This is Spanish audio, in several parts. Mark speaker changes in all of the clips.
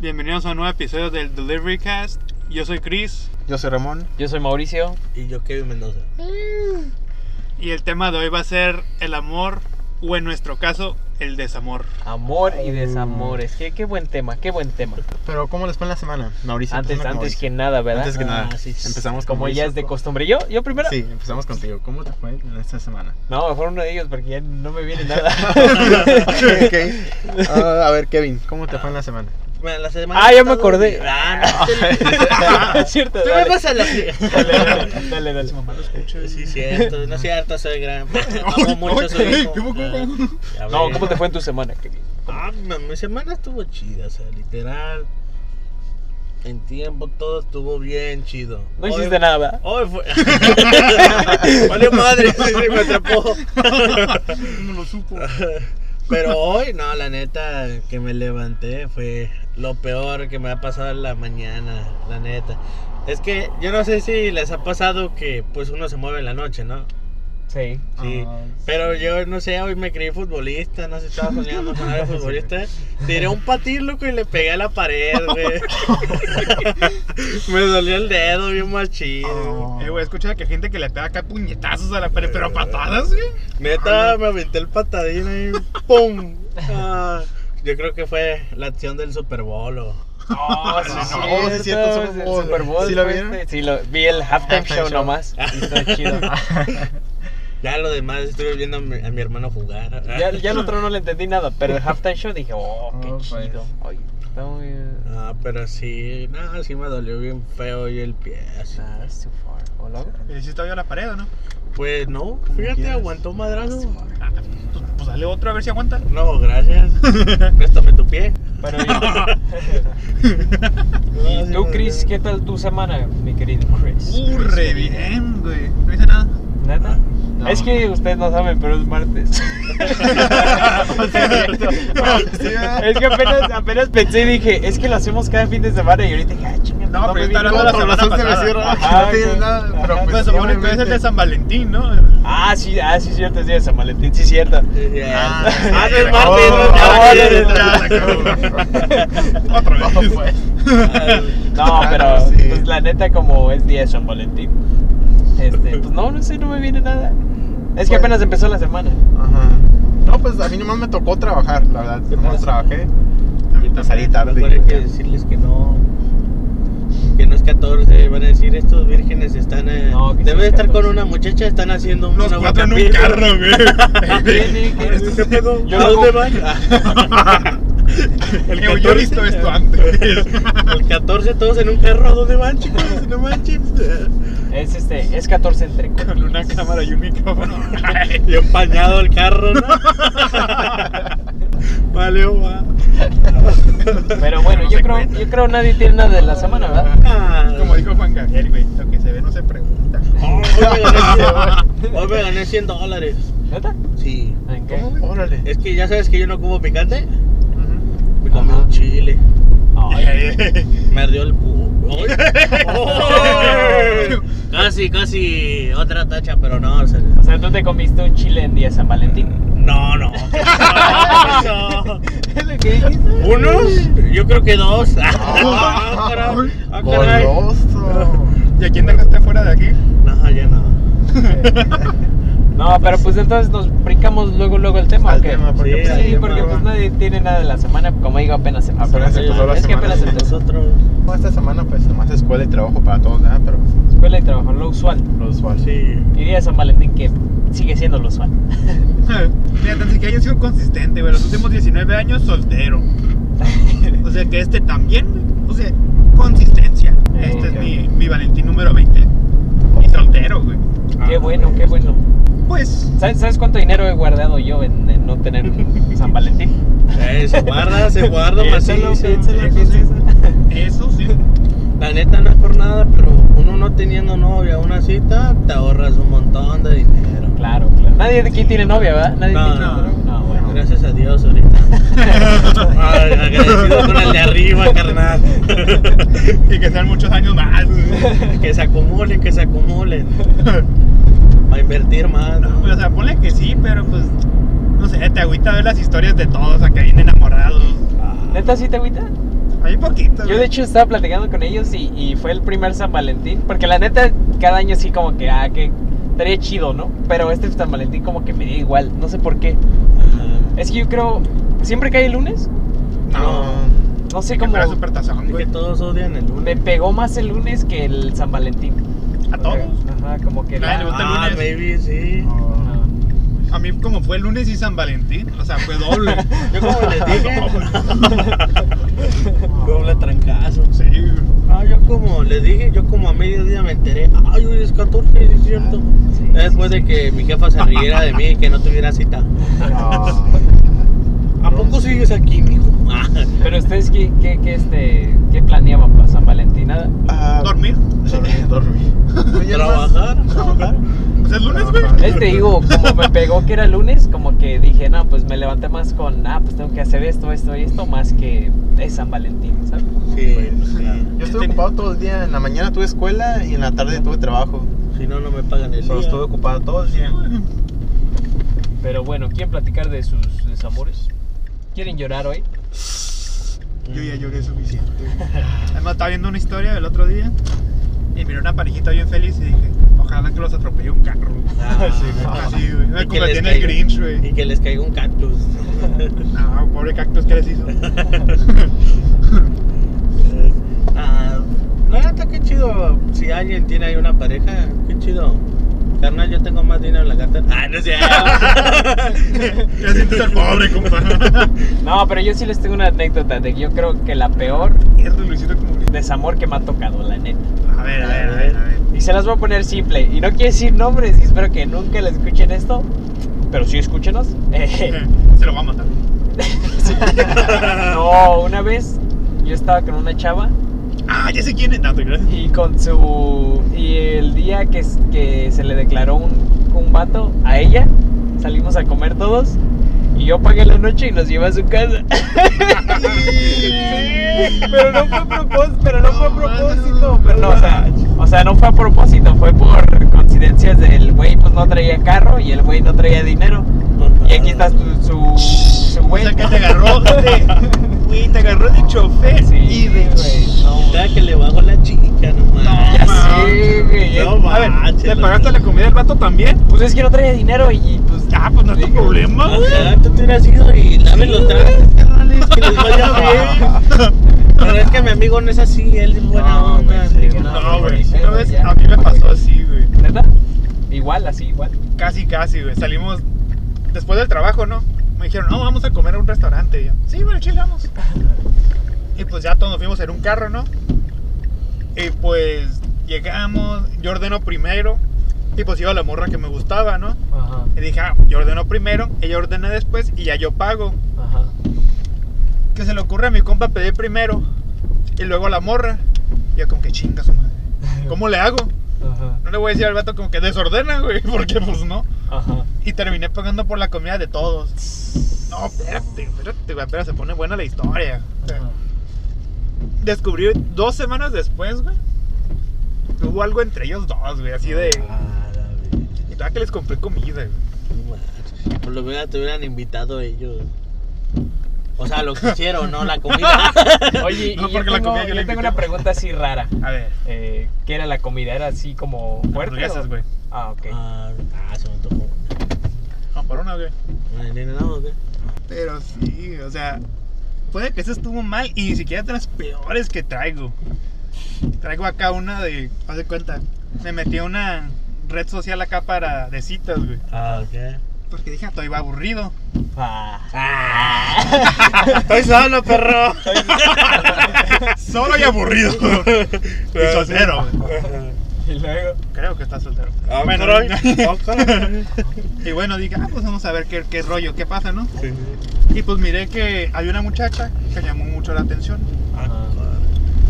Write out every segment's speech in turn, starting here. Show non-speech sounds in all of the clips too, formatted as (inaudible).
Speaker 1: Bienvenidos a un nuevo episodio del Delivery Cast. Yo soy Chris
Speaker 2: Yo soy Ramón.
Speaker 3: Yo soy Mauricio.
Speaker 4: Y yo Kevin Mendoza.
Speaker 1: y el tema de hoy va a ser el amor o en nuestro caso el desamor.
Speaker 3: Amor y desamores. Qué, qué buen tema, qué buen tema.
Speaker 2: Pero ¿cómo les fue en la semana, Mauricio?
Speaker 3: antes
Speaker 2: Empezando con
Speaker 3: antes que
Speaker 2: Mauricio.
Speaker 3: nada, ¿verdad?
Speaker 2: Antes que
Speaker 4: Ah,
Speaker 2: nada.
Speaker 4: sí, sí.
Speaker 2: Empezamos con
Speaker 3: Como ya
Speaker 2: Mauricio.
Speaker 3: es de costumbre. ¿Yo? ¿Yo primero?
Speaker 2: Sí, empezamos contigo. ¿Cómo te fue en esta semana?
Speaker 3: No, mejor uno de ellos porque ya no me viene nada.
Speaker 2: (laughs) Ok. Ah, a ver, Kevin, ¿cómo te fue en la semana?
Speaker 4: Bueno, la semana
Speaker 3: ah, ya me
Speaker 4: pasada-
Speaker 3: acordé.
Speaker 4: Ah,
Speaker 3: es cierto.
Speaker 4: no. Tú me
Speaker 3: dale.
Speaker 4: vas a la.
Speaker 3: Dale, dale, dale, dale.
Speaker 4: Sí, cierto. No es cierto, soy
Speaker 3: (laughs)
Speaker 4: gran. Amo Ah, mucho a su
Speaker 2: Ay,
Speaker 4: hijo.
Speaker 2: ¿qué poco?
Speaker 4: Ah, a
Speaker 3: No,
Speaker 4: ver.
Speaker 3: ¿cómo te fue en tu semana? Kevin?
Speaker 4: Ah, no, mi semana estuvo chida, o sea, literal. En tiempo todo estuvo bien chido.
Speaker 3: No
Speaker 4: Hoy-
Speaker 3: hiciste nada.
Speaker 4: Hoy fue. (laughs) vale madre, se me atrapó.
Speaker 1: No lo supo.
Speaker 4: Pero hoy, no, la neta, que me levanté fue lo peor que me ha pasado en la mañana, la neta. Es que yo no sé si les ha pasado que pues uno se mueve en la noche, ¿no?
Speaker 3: Sí.
Speaker 4: Sí.
Speaker 2: Ah,
Speaker 4: Pero yo no sé, hoy me creí futbolista, no sé, estaba soñando con ser futbolista. Tiré un patín, loco, y le pegué a la pared,
Speaker 1: (laughs)
Speaker 4: güey. (laughs) me dolió el dedo bien machino.
Speaker 2: Oh.
Speaker 1: Eh, güey,
Speaker 2: (laughs)
Speaker 1: escucha que hay gente que le pega acá puñetazos a la pared, pero patadas, güey.
Speaker 4: Neta, me aventé el patadín ahí, ¡pum! Ah, yo creo que fue la acción del Super Bowl o...
Speaker 3: No,
Speaker 1: sí,
Speaker 2: no, Oh, sí es cierto, Super
Speaker 3: Ah, es el
Speaker 2: Bowl.
Speaker 3: Super Bowl.
Speaker 2: ¿Sí lo
Speaker 3: fue
Speaker 2: vieron?
Speaker 3: este. Sí, lo vi el halftime
Speaker 2: Halftime
Speaker 3: show
Speaker 2: show. (laughs)
Speaker 3: nomás. Y está chido.
Speaker 4: Ya lo demás estuve viendo a mi, a mi hermano jugar.
Speaker 3: Ya, ya el otro no le entendí nada, pero el halftime show dije, oh, qué
Speaker 2: Oh, pues.
Speaker 3: chido. Ay, está muy.
Speaker 4: Ah, pero sí, no, sí me dolió bien feo y el pie. así.
Speaker 3: Nah, that's too far. ¿O lo hago?
Speaker 1: Le hiciste hoyo a la pared, ¿o no?
Speaker 4: Pues no, fíjate,
Speaker 2: quieras.
Speaker 4: aguantó madrazo.
Speaker 1: Ah, pues, pues dale otro a ver si aguanta.
Speaker 4: No, gracias. Préstame tu pie.
Speaker 3: Pero ¿y, y tú, Chris, qué tal tu semana, mi querido Chris?
Speaker 1: Uh, re bien, güey. No hice nada.
Speaker 3: ¿Neta?
Speaker 2: No.
Speaker 3: Es que ustedes no saben, pero es martes.
Speaker 2: Sí, ¿verdad?
Speaker 3: es que apenas, apenas pensé y dije, es que lo hacemos cada fin de semana. Y ahorita dije, ah, chinga,
Speaker 1: No, pero
Speaker 3: me
Speaker 1: yo
Speaker 3: vino".
Speaker 1: estaba hablando de la
Speaker 2: Con
Speaker 1: semana
Speaker 2: razón se me
Speaker 1: pasada.
Speaker 2: cierra,
Speaker 3: Ajá,
Speaker 2: no tiene
Speaker 3: güey.
Speaker 2: nada, pero
Speaker 3: Ajá.
Speaker 2: pues,
Speaker 1: Pues supone que es el de San Valentín, ¿no?
Speaker 3: Ah, sí, ah, sí, cierto, es día de San Valentín, sí, cierto.
Speaker 4: Ah,
Speaker 1: Ah,
Speaker 4: no es
Speaker 1: no,
Speaker 4: martes, no
Speaker 1: no,
Speaker 2: Oh,
Speaker 4: es
Speaker 1: no,
Speaker 4: martes.
Speaker 1: no, no. Otra
Speaker 2: (laughs)
Speaker 1: vez.
Speaker 3: No,
Speaker 2: Ah,
Speaker 3: pero
Speaker 2: sí.
Speaker 3: pues, la neta, como es día de San Valentín, este, pues no, no sé, no me viene nada. Es que
Speaker 2: Bueno.
Speaker 3: apenas empezó la semana.
Speaker 2: Ajá. No, pues a mí nomás me tocó trabajar, la verdad. Nomás trabajé.
Speaker 1: mí
Speaker 2: Pues salí
Speaker 4: Mejor hay
Speaker 2: tarde.
Speaker 4: que decirles que no. Que no es 14, van a decir estos vírgenes están. eh,
Speaker 3: No, que sí
Speaker 4: deben
Speaker 3: es
Speaker 4: estar con
Speaker 3: 14.
Speaker 4: una muchacha, están haciendo
Speaker 1: Los
Speaker 4: una
Speaker 1: cuatro en un
Speaker 4: guacamole.
Speaker 1: carro, (laughs)
Speaker 3: Ah,
Speaker 1: güey.
Speaker 3: Sí, sí,
Speaker 2: este
Speaker 3: sí.
Speaker 4: (laughs) Yo
Speaker 3: Yo
Speaker 4: ¿A
Speaker 3: lo
Speaker 4: dónde
Speaker 3: hago.
Speaker 4: van? (laughs) El
Speaker 1: Yo- Yo he visto
Speaker 4: 14.
Speaker 1: esto antes.
Speaker 4: El 14 todos en un carro, ¿a dónde van, (laughs) chicos? No manches.
Speaker 3: Es este, es 14 entre
Speaker 1: Con (laughs) una cámara y un micrófono.
Speaker 4: Y empañado el carro,
Speaker 1: (laughs)
Speaker 4: ¿no? Vale,
Speaker 1: oh,
Speaker 4: va.
Speaker 3: Pero bueno,
Speaker 1: No
Speaker 3: yo
Speaker 1: se
Speaker 3: creo,
Speaker 1: cuenta.
Speaker 3: yo creo nadie tiene nada de la semana, ¿verdad?
Speaker 4: Ah,
Speaker 1: Como dijo Juan Gabriel, güey, lo que se ve no se pregunta.
Speaker 4: hoy, me gané,
Speaker 1: "Oh".
Speaker 4: hoy
Speaker 1: (laughs)
Speaker 4: me gané 100 dólares.
Speaker 3: ¿Neta?
Speaker 4: Sí.
Speaker 3: ¿En qué?
Speaker 2: Órale.
Speaker 4: Es que ya sabes que yo no como picante.
Speaker 1: (laughs)
Speaker 2: Ujú.
Speaker 4: Me comí
Speaker 3: Ajá.
Speaker 4: un chile.
Speaker 3: Ay,
Speaker 4: Me ardió el pu.
Speaker 1: Ay.
Speaker 4: (laughs) casi, casi otra tacha, pero no. o sea,
Speaker 3: o sea, tú te comiste un chile en día de San Valentín.
Speaker 4: no, (laughs) no. no.
Speaker 3: ¿Es lo que dijiste?
Speaker 4: ¿Unos? Yo creo que dos. (laughs)
Speaker 2: Ah,
Speaker 4: Ah, caray. Ah, caray.
Speaker 2: Goloso.
Speaker 1: (laughs) ¿Y a quién dejaste fuera de aquí?
Speaker 4: No, ya no.
Speaker 3: No, pero pues entonces nos brincamos luego, luego el tema, ¿o
Speaker 2: Al
Speaker 3: qué?
Speaker 2: tema, porque
Speaker 4: Sí,
Speaker 2: pues,
Speaker 4: al
Speaker 3: Sí,
Speaker 2: el
Speaker 3: porque
Speaker 2: tema
Speaker 3: pues
Speaker 2: va.
Speaker 3: nadie tiene nada de la semana, como digo, apenas empezó.
Speaker 2: Apenas empezó la
Speaker 3: Es que
Speaker 2: semana.
Speaker 3: apenas empezó.
Speaker 4: Nosotros.
Speaker 2: Bueno, Esta semana pues nomás escuela y trabajo para todos, ¿verdad? Pero pues,
Speaker 3: Escuela y trabajo, lo usual.
Speaker 2: lo usual.
Speaker 4: Sí.
Speaker 3: Y día de San Valentín que sigue siendo lo usual.
Speaker 1: Mira, tan siquiera yo sido consistente, güey. Los últimos 19 años
Speaker 3: (laughs)
Speaker 1: soltero. O sea que este también, güey. O sea, consistencia.
Speaker 3: Eh,
Speaker 1: Este es mi, mi Valentín número 20. Y soltero, güey.
Speaker 2: Ah,
Speaker 3: Qué bueno, qué bueno.
Speaker 1: Pues,
Speaker 3: ¿Sabes, sabes cuánto dinero he guardado yo en, en no tener San Valentín?
Speaker 4: Eh, se
Speaker 3: (laughs)
Speaker 4: guarda, se guarda, Marcelo.
Speaker 3: Sí, sí,
Speaker 4: piénsalo,
Speaker 3: sí, sí,
Speaker 4: piénsalo.
Speaker 3: sí.
Speaker 1: eso sí.
Speaker 4: La neta no es por nada, pero uno no teniendo novia una cita, te ahorras un montón de dinero.
Speaker 3: Claro, claro. Nadie de aquí tiene novia, ¿verdad? Nadie
Speaker 4: No,
Speaker 3: tiene
Speaker 4: no.
Speaker 3: novia. No, bueno.
Speaker 4: Gracias a Dios (laughs) ahorita. Ay, agradecido con el de arriba, carnal. (laughs)
Speaker 1: Y que sean muchos años más. güey.
Speaker 4: que se acumulen, que se acumulen. Para invertir más.
Speaker 1: No,
Speaker 4: ¿no?
Speaker 1: güey, o sea, ponle que sí, pero pues. No sé, te agüita ver las historias de todos acá bien enamorados.
Speaker 4: Ah,
Speaker 3: ¿Neta sí te agüita?
Speaker 1: Hay poquito.
Speaker 3: Yo
Speaker 1: güey.
Speaker 3: de hecho estaba platicando con ellos y, y fue el primer San Valentín, porque la neta cada año sí como que, ah, que estaría chido, ¿no? Pero este San Valentín como que me dio igual, no sé por qué. Es que yo creo, siempre que hay lunes,
Speaker 1: No.
Speaker 3: no sé
Speaker 1: Como
Speaker 3: cómo...
Speaker 1: la supertazón,
Speaker 4: Que
Speaker 1: güey.
Speaker 4: todos odian el
Speaker 3: Me
Speaker 4: lunes.
Speaker 3: pegó más el lunes que el San Valentín.
Speaker 1: A todos.
Speaker 3: Ajá, como que...
Speaker 1: Nadie le
Speaker 3: la-
Speaker 1: gusta el
Speaker 4: Ah,
Speaker 1: lunes.
Speaker 4: maybe sí.
Speaker 2: Ah,
Speaker 3: Ajá.
Speaker 1: A mí, como fue el lunes y San Valentín, o sea, fue doble.
Speaker 3: (laughs)
Speaker 4: Yo como (laughs) les dije, (laughs) doble trancazo.
Speaker 1: Sí, güey.
Speaker 4: Ah, yo como les dije, yo como a mediodía me enteré. Ay, hoy es 14, sí es cierto.
Speaker 3: sí,
Speaker 4: Ya Después de que mi jefa se riera de mí y que no tuviera cita. (laughs) ¿A poco sigues aquí, mijo? (laughs) Ah,
Speaker 3: Pero ustedes, ¿qué, qué, qué, este, ¿qué planeaban para San Valentín? Nada.
Speaker 2: Ah,
Speaker 1: dormir.
Speaker 2: Dormir, dormir. Oye, es más-
Speaker 4: ¿Trabajar? ¿Trabajar?
Speaker 1: O sea, Pues el lunes, güey.
Speaker 2: Trabajar.
Speaker 3: Es, te digo, como me pegó que era lunes, como que dije, no, pues me levanté más con, ah, pues tengo que hacer esto, esto y esto, más que es San Valentín, ¿sabes?
Speaker 4: Sí,
Speaker 1: pues,
Speaker 4: sí.
Speaker 2: Yo estuve ocupado todo el día. En la mañana tuve escuela y en la tarde tuve trabajo.
Speaker 4: Si no, no me pagan el
Speaker 2: Solo
Speaker 4: día.
Speaker 2: estuve ocupado Pues, todo el día.
Speaker 3: Pero bueno, ¿quieren platicar de sus desamores? ¿Quieren llorar hoy?
Speaker 1: Yo ya lloré suficiente. güey. Además, estaba viendo una historia del otro día y miré una parejita bien feliz y dije, ojalá que los atropelle un carro.
Speaker 4: Ah,
Speaker 1: sí, güey. Así, güey. Me
Speaker 4: Y que les
Speaker 1: convertí en el
Speaker 4: caiga-
Speaker 1: Grinch, güey.
Speaker 4: Y que les caiga un cactus.
Speaker 1: No, pobre cactus, ¿qué les
Speaker 4: (laughs)
Speaker 1: hizo?
Speaker 4: Ah, la neta, qué chido. Si alguien tiene ahí una pareja, qué chido. Carnal, yo tengo más dinero en la cartera. Ah, no sé.
Speaker 1: ¿Qué sientes ser pobre,
Speaker 4: (laughs)
Speaker 1: compa?
Speaker 3: No, pero yo sí les tengo una anécdota de que yo creo que la peor
Speaker 1: Mierda, Luisito Comunica.
Speaker 3: desamor que me ha tocado, la neta.
Speaker 1: A ver, a ver, a ver, a ver.
Speaker 3: Y se las voy a poner simple. Y no quiero decir nombres, y espero que nunca la escuchen esto. Pero sí, escúchenos. (laughs)
Speaker 1: (laughs)
Speaker 3: Eh,
Speaker 1: Se lo va a matar.
Speaker 3: no, una vez yo estaba con una chava
Speaker 1: Ah, ya sé quién es. No, te
Speaker 4: (laughs)
Speaker 1: creas.
Speaker 3: y con su. Y el día que, s- que se le declaró un, un vato a ella, salimos a comer todos. Y yo pagué la noche y nos llevé a su casa. Pero no fue a propósito, pero no fue a propósito. Pero no, o sea, o sea, no fue a propósito, fue por coincidencias del güey, pues no traía carro y el güey no traía dinero. Y aquí está su, su, su
Speaker 1: O
Speaker 3: güey.
Speaker 1: sea, que te agarró
Speaker 4: (laughs)
Speaker 1: de... Güey, te agarró de chofer
Speaker 3: (laughs) Sí,
Speaker 1: y de...
Speaker 3: güey, no.
Speaker 4: Ya que le bajo la chica, no más.
Speaker 3: Ya sé, güey.
Speaker 4: No
Speaker 1: A ver,
Speaker 4: manches,
Speaker 1: ¿le
Speaker 4: la
Speaker 1: pagaste la comida al vato también?
Speaker 3: Pues es que no traía dinero y, y, pues.
Speaker 1: Ah, pues no es tu
Speaker 3: Digo,
Speaker 1: problema, güey.
Speaker 4: Ajá, tú te hubieras ido y laven los trastes, carnales, que les vaya bien. Pero es que mi amigo no es así, él es buena
Speaker 3: No, güey,
Speaker 4: onda.
Speaker 3: sí,
Speaker 4: así que
Speaker 3: no.
Speaker 4: no.
Speaker 1: No, güey.
Speaker 3: pero
Speaker 1: Una vez
Speaker 3: ya.
Speaker 1: a mí me pasó así, güey.
Speaker 3: ¿Neta? Igual, así, igual.
Speaker 1: Casi, casi, güey. Salimos después del trabajo, ¿no? Me dijeron, no, vamos a comer a un restaurante. Y yo, sí, bueno, chile, vamos. Y pues ya todos nos fuimos en un carro, ¿no? Y pues llegamos, yo ordeno primero. Y pues iba la morra que me gustaba, ¿no?
Speaker 3: Ajá,
Speaker 1: Y dije, ah, yo ordeno primero, ella ordena después y ya yo pago.
Speaker 3: ajá.
Speaker 1: Que se le ocurre a mi compa pedir primero y luego la morra. Y yo, como que chinga su madre. ¿Cómo le hago?
Speaker 3: Ajá,
Speaker 1: No le voy a decir al vato como que desordena, güey, (laughs) porque pues no.
Speaker 3: ajá.
Speaker 1: Y terminé pagando por la comida de todos. No, espérate, espérate, güey, pero se pone buena la historia. O sea, Descubrí dos semanas después, güey, que hubo algo entre ellos dos, güey, así de.
Speaker 4: Ah, la verga,
Speaker 1: Y todavía que les compré comida, güey.
Speaker 4: no manches. Por lo menos te hubieran invitado ellos. O sea, lo que hicieron, ¿no? (laughs) La comida.
Speaker 3: (laughs) Oye,
Speaker 1: No,
Speaker 3: y yo
Speaker 1: porque la
Speaker 3: tengo,
Speaker 1: comida yo
Speaker 3: yo
Speaker 1: la
Speaker 3: tengo
Speaker 1: invité.
Speaker 3: una pregunta así rara.
Speaker 1: A ver,
Speaker 3: Eh, ¿Qué era la comida? ¿Era así como fuerte?
Speaker 1: hamburguesas,
Speaker 3: o-
Speaker 1: güey.
Speaker 3: Ah, ok.
Speaker 4: Ah, ah, se me antojó.
Speaker 1: No, para una, güey.
Speaker 4: Una nena, no, ¿o qué?
Speaker 1: Pero sí, o sea, puede que eso estuvo mal y ni siquiera de las peores que traigo. Traigo acá una de, haz de cuenta, me metí a una red social acá para de citas, güey.
Speaker 4: Ah, ok.
Speaker 1: Porque dije, estoy
Speaker 4: (laughs)
Speaker 1: aburrido.
Speaker 3: Ah.
Speaker 4: Estoy solo, (laughs) perro.
Speaker 1: Solo y aburrido.
Speaker 4: (laughs)
Speaker 1: y soltero. güey.
Speaker 3: (laughs) Y luego.
Speaker 1: Creo que está soltero.
Speaker 4: Ah,
Speaker 1: Bueno,
Speaker 4: (laughs) caray.
Speaker 1: ahorita-
Speaker 4: Ah, caray.
Speaker 1: (laughs) y bueno, dije, ah, pues vamos a ver qué, qué rollo, qué pasa, ¿no? Y pues miré que había una muchacha que llamó mucho la atención.
Speaker 4: Ah,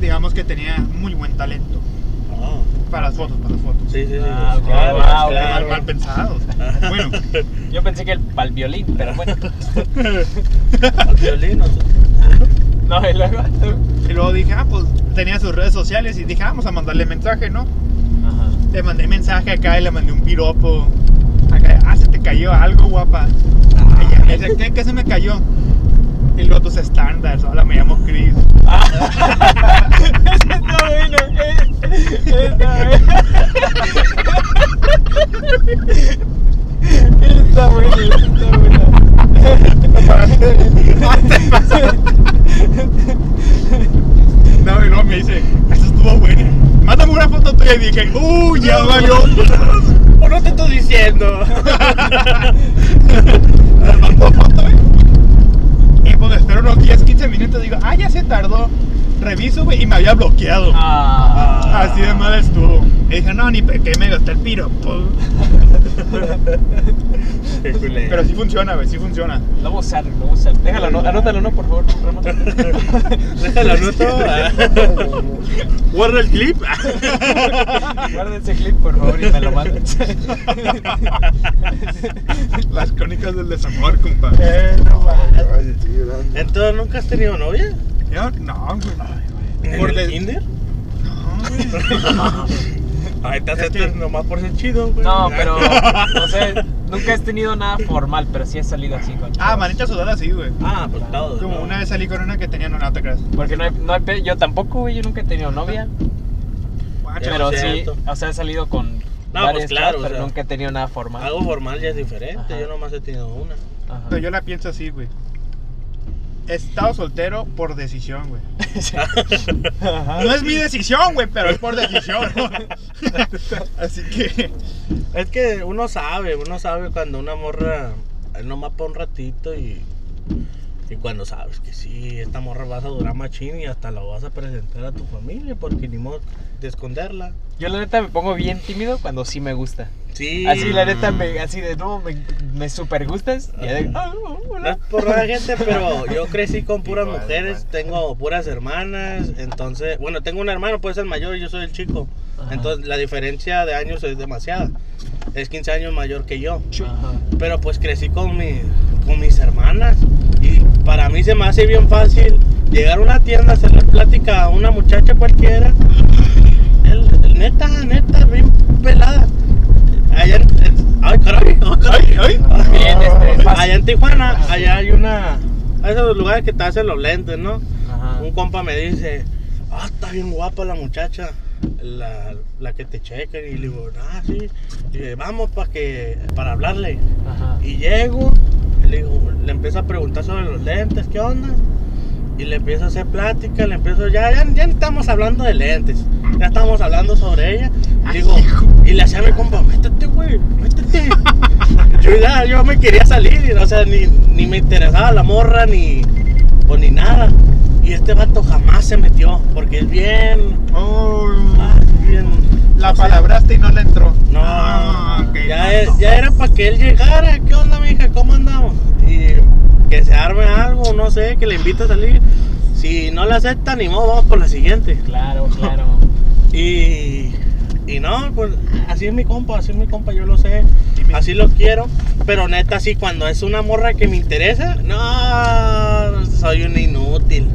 Speaker 1: Digamos que tenía muy buen talento.
Speaker 4: ah.
Speaker 1: Para las fotos, para las fotos.
Speaker 4: Sí, sí, sí.
Speaker 3: Ah,
Speaker 4: Claro,
Speaker 3: wow,
Speaker 1: Mal-
Speaker 4: claro.
Speaker 1: Mal pensados. Bueno,
Speaker 3: Yo pensé que el, para el violín, pero bueno. (laughs)
Speaker 4: Al violín, (laughs) o sea.
Speaker 3: No, y luego.
Speaker 1: y luego dije, ah, pues tenía sus redes sociales y dije, ah, vamos a mandarle mensaje, ¿no?
Speaker 3: Ajá.
Speaker 1: Le mandé mensaje acá y le mandé un piropo. Acá, ah, se te cayó algo, guapa. Ella me dice, ¿qué? ¿Qué se me cayó? y luego tus estándares. Hola, me llamo Chris.
Speaker 3: Ese está bueno. eh, (laughs) Está bueno. Está bueno.
Speaker 1: No, y luego me dice, eso estuvo bueno. Mándame una foto tuya y dije, uy, ya valió.
Speaker 4: ¿O no te estoy diciendo?
Speaker 1: Mandó foto, eh. Y pues espero unos 10, 15 minutos. Digo, ah, ya se tardó. Reviso, güey, y me había bloqueado.
Speaker 3: Ah.
Speaker 1: Así de mal estuvo. Y dije, no, ni pe- que me gasté el piro.
Speaker 4: Qué culero.
Speaker 1: Pero sí funciona, güey, sí funciona.
Speaker 3: Lo voy a usar, lo voy a usar. Déjalo, ano- anótalo, ¿no? Por favor,
Speaker 4: (laughs)
Speaker 3: Ramón.
Speaker 4: Déjalo, (laughs) Ah. anoto. Guarda el clip.
Speaker 3: Guarden ese clip, por favor, y me lo mandan.
Speaker 1: (laughs) Las crónicas del desamor, compa.
Speaker 2: Ay, sí, grande.
Speaker 4: Entonces, ¿nunca has tenido novia?
Speaker 1: Yo, no, güey.
Speaker 4: ¿En
Speaker 1: Por
Speaker 4: el
Speaker 1: des-
Speaker 4: kinder?
Speaker 1: No, güey.
Speaker 4: Ay, te
Speaker 1: Es
Speaker 4: aceptan
Speaker 1: que-
Speaker 4: nomás por ser chido, güey. Ah.
Speaker 3: No, pero, no sé, nunca has tenido nada formal, pero sí has salido así con
Speaker 1: Ah,
Speaker 3: chavos.
Speaker 1: manita sudada, sí, güey.
Speaker 4: Ah, pues todo.
Speaker 1: Como una vez salí con una que tenía, no, no te creas.
Speaker 3: Porque no hay, no hay pe- yo tampoco, güey, yo nunca he tenido novia.
Speaker 1: Guacha,
Speaker 3: Pero
Speaker 4: es
Speaker 3: sí,
Speaker 4: Ah, cierto.
Speaker 3: o sea, he salido con
Speaker 4: No,
Speaker 3: varias
Speaker 4: pues claro,
Speaker 3: chavas,
Speaker 4: o
Speaker 3: pero
Speaker 4: sea.
Speaker 3: nunca he tenido nada formal.
Speaker 4: Algo formal ya es diferente.
Speaker 3: Ajá.
Speaker 4: Yo nomás he tenido una.
Speaker 3: Ajá.
Speaker 1: Pero yo la pienso así, güey. He estado soltero por decisión, güey.
Speaker 3: Ajá.
Speaker 1: No es mi decisión, güey, pero es por decisión. así que.
Speaker 4: Es que uno sabe, uno sabe cuando una morra eh, nomás para un ratito y. Y cuando sabes que sí, esta morra vas a durar machín y hasta la vas a presentar a tu familia porque ni modo de esconderla.
Speaker 3: Yo la neta me pongo bien tímido cuando sí me gusta.
Speaker 4: Sí.
Speaker 3: Así la neta me, así de no, me, me super gustas. Y ya de, ah,
Speaker 4: No es
Speaker 3: hola.
Speaker 4: por nada, gente, pero yo crecí con puras
Speaker 2: Igual,
Speaker 4: mujeres,
Speaker 2: igual.
Speaker 4: tengo puras hermanas, entonces, bueno, tengo un hermano, puede ser mayor, yo soy el chico.
Speaker 3: Ajá.
Speaker 4: Entonces, la diferencia de años es demasiada. Es 15 años mayor que yo.
Speaker 3: Ajá.
Speaker 4: Pero pues crecí con, mi- con mis hermanas y para mí se me hace bien fácil llegar a una tienda, hacerle plática a una muchacha cualquiera. El- el- neta, neta, bien pelada. Allá en- en- ay, caray, ay, caray. Ah,
Speaker 1: ¡Ay, ay!
Speaker 3: Bien, este, fácil.
Speaker 4: Allá en Tijuana, allá hay una. Hay esos lugares que te hacen los lentes, ¿no?
Speaker 3: Ajá.
Speaker 4: Un compa me dice, ah, está bien guapa la muchacha, la, la que te checa. Y le digo, ah, sí. Y le, vamos para que, para hablarle.
Speaker 3: Ajá.
Speaker 4: Y llego, y le digo, le empiezo a preguntar sobre los lentes, ¿qué onda? Y le empiezo a hacer plática, le empiezo, ya, ya, ya ni estamos hablando de lentes, ya estamos hablando sobre ella. Y digo, y le hacía a mi compa, métete, güey, métete. (laughs) yo ya, yo me quería salir, o sea, ni, ni me interesaba la morra, ni, pues, ni nada. Y este vato jamás se metió, porque es bien,
Speaker 1: Oh,
Speaker 4: ah, bien.
Speaker 1: la
Speaker 4: o sea,
Speaker 1: palabraste y no le entró.
Speaker 4: no,
Speaker 1: Ah, ok.
Speaker 4: ya, es- ya era para que él llegara. ¿Qué onda, mija? ¿Cómo andamos? Y que se arme algo, no sé, que le invite a salir. Si no le acepta, ni modo, vamos por la siguiente.
Speaker 3: Claro, claro.
Speaker 4: Y, y no, pues así es mi compa, así es mi compa, yo lo sé.
Speaker 1: Dime.
Speaker 4: Así lo quiero. Pero neta, sí, cuando es una morra que me interesa, no, soy un inútil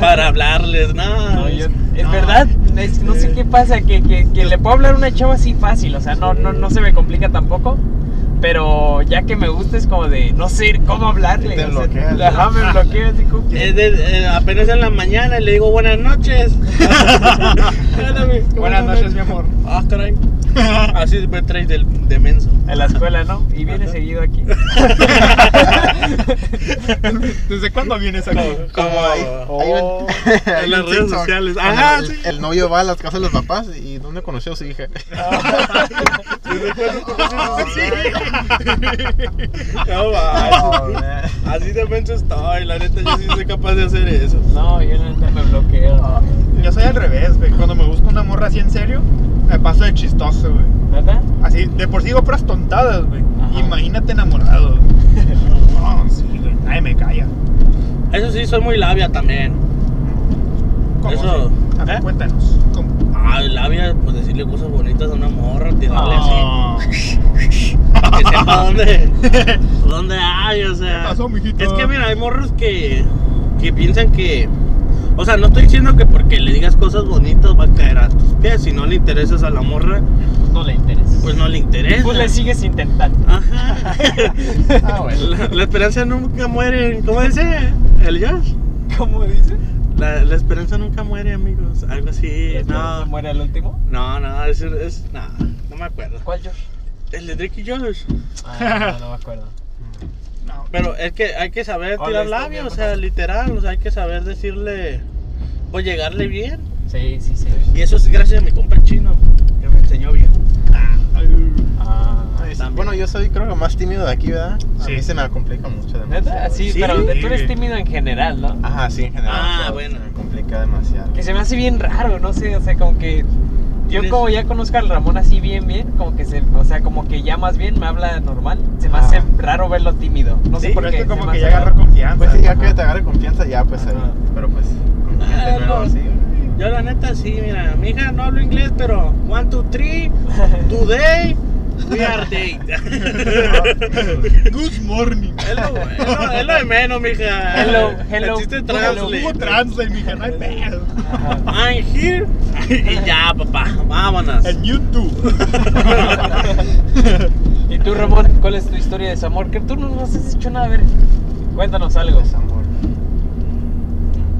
Speaker 4: para hablarles, no.
Speaker 3: No, yo-
Speaker 1: no.
Speaker 3: en verdad, eh, es- no sé qué pasa, que, que- que le puedo hablar a una chava así fácil, o sea, no, no, no se me complica tampoco. Pero ya que me gusta es como de no sé cómo hablarle.
Speaker 2: Te
Speaker 3: o sea,
Speaker 2: bloqueas, ¿no?
Speaker 3: Ajá, me bloquea así como que-
Speaker 4: Es de- eh, apenas en la mañana y le digo buenas
Speaker 1: (laughs)
Speaker 4: noches. Espérame, ¿cómo
Speaker 1: Buenas
Speaker 4: andas?
Speaker 1: noches, mi amor.
Speaker 4: Ah,
Speaker 1: (laughs)
Speaker 4: caray. Así me traes del, de menso.
Speaker 3: En la escuela, ¿no? Y viene
Speaker 4: Ajá.
Speaker 3: seguido aquí.
Speaker 1: ¿Desde cuándo vienes aquí?
Speaker 4: Como
Speaker 2: ahí. (laughs)
Speaker 3: Oh.
Speaker 4: en las redes
Speaker 2: TikTok.
Speaker 4: sociales.
Speaker 2: Cuando
Speaker 4: Ajá,
Speaker 2: el,
Speaker 4: sí.
Speaker 2: el novio va a las casas de los papás y ¿dónde conoció a su hija?
Speaker 4: (laughs) No, va, Así de menso estoy. La neta, yo sí soy capaz de hacer eso.
Speaker 3: No, yo la neta me bloqueo.
Speaker 1: Yo soy al revés, güey. Cuando me gusta una morra así en serio, me paso de chistoso, güey.
Speaker 3: ¿Verdad?
Speaker 1: Así, de por sí digo puras tontadas, güey.
Speaker 3: Ajá.
Speaker 1: Imagínate enamorado. No, sí, güey. Nadie me calla.
Speaker 4: Eso sí, soy muy labia también.
Speaker 1: ¿Cómo
Speaker 4: Eso,
Speaker 1: sí? A ver,
Speaker 4: ¿eh?
Speaker 1: cuéntanos. ¿Cómo?
Speaker 4: Ah, labia, pues decirle cosas bonitas a una morra, tirarle
Speaker 1: (laughs) Ah.
Speaker 4: así. Que sepa dónde, dónde hay, o sea.
Speaker 1: ¿Qué pasó, mijito?
Speaker 4: Es que mira, hay morros que, que piensan que, O sea, no estoy diciendo que porque le digas cosas bonitas va a caer a tus pies. Si no le interesas a la morra,
Speaker 3: Pues no le interesa.
Speaker 4: pues no le interesa.
Speaker 3: Pues le Pues. sigues intentando.
Speaker 4: Ajá.
Speaker 2: Ah, bueno.
Speaker 4: La, la esperanza nunca muere. ¿Cómo dice el Josh?
Speaker 3: (laughs) ¿Cómo dice?
Speaker 4: La, la esperanza nunca muere, amigos. Algo así.
Speaker 3: ¿Se
Speaker 4: No,
Speaker 3: muere al último?
Speaker 4: no, no, es, es- no, no me acuerdo.
Speaker 3: ¿Cuál Josh?
Speaker 4: El de Drake y Josh.
Speaker 3: Ah, no, no me acuerdo.
Speaker 1: No,
Speaker 4: Pero es que hay que saber
Speaker 3: Hola,
Speaker 4: tirar
Speaker 3: está
Speaker 4: labio,
Speaker 3: bien,
Speaker 4: o sea,
Speaker 3: pues.
Speaker 4: literal. O sea, hay que saber decirle o llegarle bien.
Speaker 3: Sí, sí, sí. (laughs)
Speaker 4: Y eso es gracias a mi compa el chino, que me enseñó bien.
Speaker 1: ay,
Speaker 3: Ah,
Speaker 2: Ay, sí.
Speaker 4: También.
Speaker 2: (laughs) Bueno, yo soy creo que más tímido de aquí, ¿verdad? A
Speaker 1: Sí.
Speaker 2: mí se me complica mucho.
Speaker 3: ¿Neta?
Speaker 2: demasiado.
Speaker 3: Sí,
Speaker 4: Sí.
Speaker 3: pero tú eres
Speaker 1: Sí.
Speaker 3: tímido en general, ¿no?
Speaker 2: Ajá, sí, en general.
Speaker 4: Ah,
Speaker 2: o sea,
Speaker 4: bueno.
Speaker 2: Se me complica demasiado.
Speaker 3: Que se me hace bien raro, no sé, o sea, como que yo
Speaker 4: Tienes-
Speaker 3: como ya conozco al Ramón así bien, bien, como que se, o sea, como que ya más bien me habla normal, se me
Speaker 2: Ah.
Speaker 3: hace raro verlo tímido, no sé
Speaker 1: sí,
Speaker 3: por
Speaker 1: pero
Speaker 3: qué.
Speaker 1: es que
Speaker 3: se
Speaker 1: como
Speaker 3: me
Speaker 1: que ya
Speaker 3: hace
Speaker 1: agarró
Speaker 3: raro.
Speaker 1: confianza.
Speaker 2: Pues sí, ya
Speaker 3: Ajá.
Speaker 2: que te agarre confianza, ya pues ahí.
Speaker 3: Ajá.
Speaker 2: Pero pues, con
Speaker 4: Ah,
Speaker 2: gente nueva,
Speaker 4: no.
Speaker 2: sí.
Speaker 4: Yo la neta sí, mira, mi hija no hablo inglés, pero one, two,
Speaker 3: (laughs)
Speaker 4: three, today, we are date.
Speaker 1: Good morning.
Speaker 4: Es lo, es lo- es lo de menos, mija.
Speaker 3: Hello,
Speaker 4: El
Speaker 3: hello.
Speaker 4: chiste es
Speaker 1: Como
Speaker 4: translate.
Speaker 1: Hubo translate, mija, no hay pedo.
Speaker 3: Ajá.
Speaker 4: I'm here. (laughs) y ya, papá, vámonos.
Speaker 1: En YouTube.
Speaker 3: Y tú, Ramón, ¿cuál es tu historia de desamor? Que tú no nos has hecho nada, a ver, cuéntanos algo.
Speaker 2: Desamor.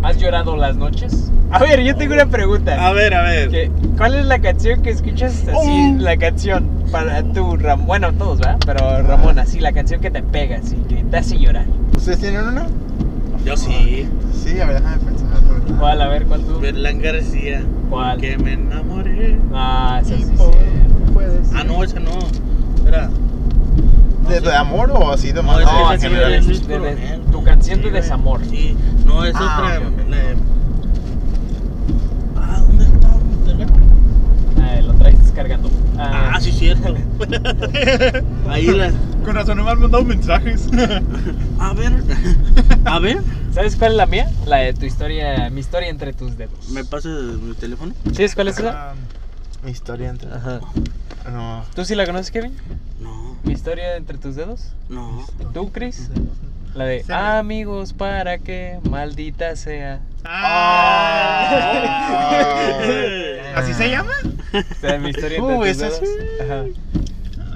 Speaker 3: ¿Has llorado las noches? A ver, yo tengo una pregunta.
Speaker 4: A ver, a ver.
Speaker 3: Que, ¿Cuál es la canción que escuchas así, la canción para tu Ramón? Bueno, todos, ¿verdad? Pero Ramón, así, la canción que te pega, así, que te hace llorar.
Speaker 2: ¿Ustedes tienen una?
Speaker 4: Yo sí.
Speaker 2: Sí, a ver, déjame pensar. ¿verdad?
Speaker 3: ¿Cuál? A ver, ¿cuál tú?
Speaker 4: Berlán García.
Speaker 3: ¿Cuál?
Speaker 4: Que me enamoré.
Speaker 3: Ah, esa sí.
Speaker 2: Sí,
Speaker 3: sí.
Speaker 2: por- puede ser.
Speaker 4: Ah, no, esa no. Espera.
Speaker 2: ¿De, de amor o así de amor?
Speaker 4: esa
Speaker 3: No,
Speaker 4: es
Speaker 3: así
Speaker 2: en
Speaker 3: de-
Speaker 2: general.
Speaker 4: de Luis
Speaker 3: de- de-
Speaker 4: Coronel.
Speaker 3: tu canción de
Speaker 4: Eh, Sí, güey.
Speaker 3: desamor.
Speaker 4: Sí. No, es
Speaker 2: Ah,
Speaker 4: otra.
Speaker 2: ok, ok.
Speaker 4: la de- Ah, ¿dónde está mi teléfono?
Speaker 3: Ah, lo traes descargando.
Speaker 4: Ah, sí, cierto. Ahí la.
Speaker 1: Con razón no me han mandado mensajes.
Speaker 4: A ver. A ver.
Speaker 3: ¿Sabes cuál es la mía? La de tu historia, mi historia entre tus dedos.
Speaker 4: ¿Me pasas mi teléfono?
Speaker 3: ¿Sabes cuál es
Speaker 1: (laughs)
Speaker 3: esa?
Speaker 2: Mi historia entre.
Speaker 3: Ajá.
Speaker 2: No.
Speaker 3: ¿Tú sí la conoces, Kevin?
Speaker 4: No,
Speaker 3: Mi historia entre tus dedos.
Speaker 4: no.
Speaker 3: ¿Tú, Chris? La de
Speaker 1: Sí.
Speaker 3: amigos para que maldita sea. (laughs)
Speaker 1: Ah. ¿Así se llama?
Speaker 3: O sea, mi historia entre
Speaker 2: Uh,
Speaker 3: tus
Speaker 2: esa
Speaker 3: dedos.
Speaker 2: sí.
Speaker 3: Ajá.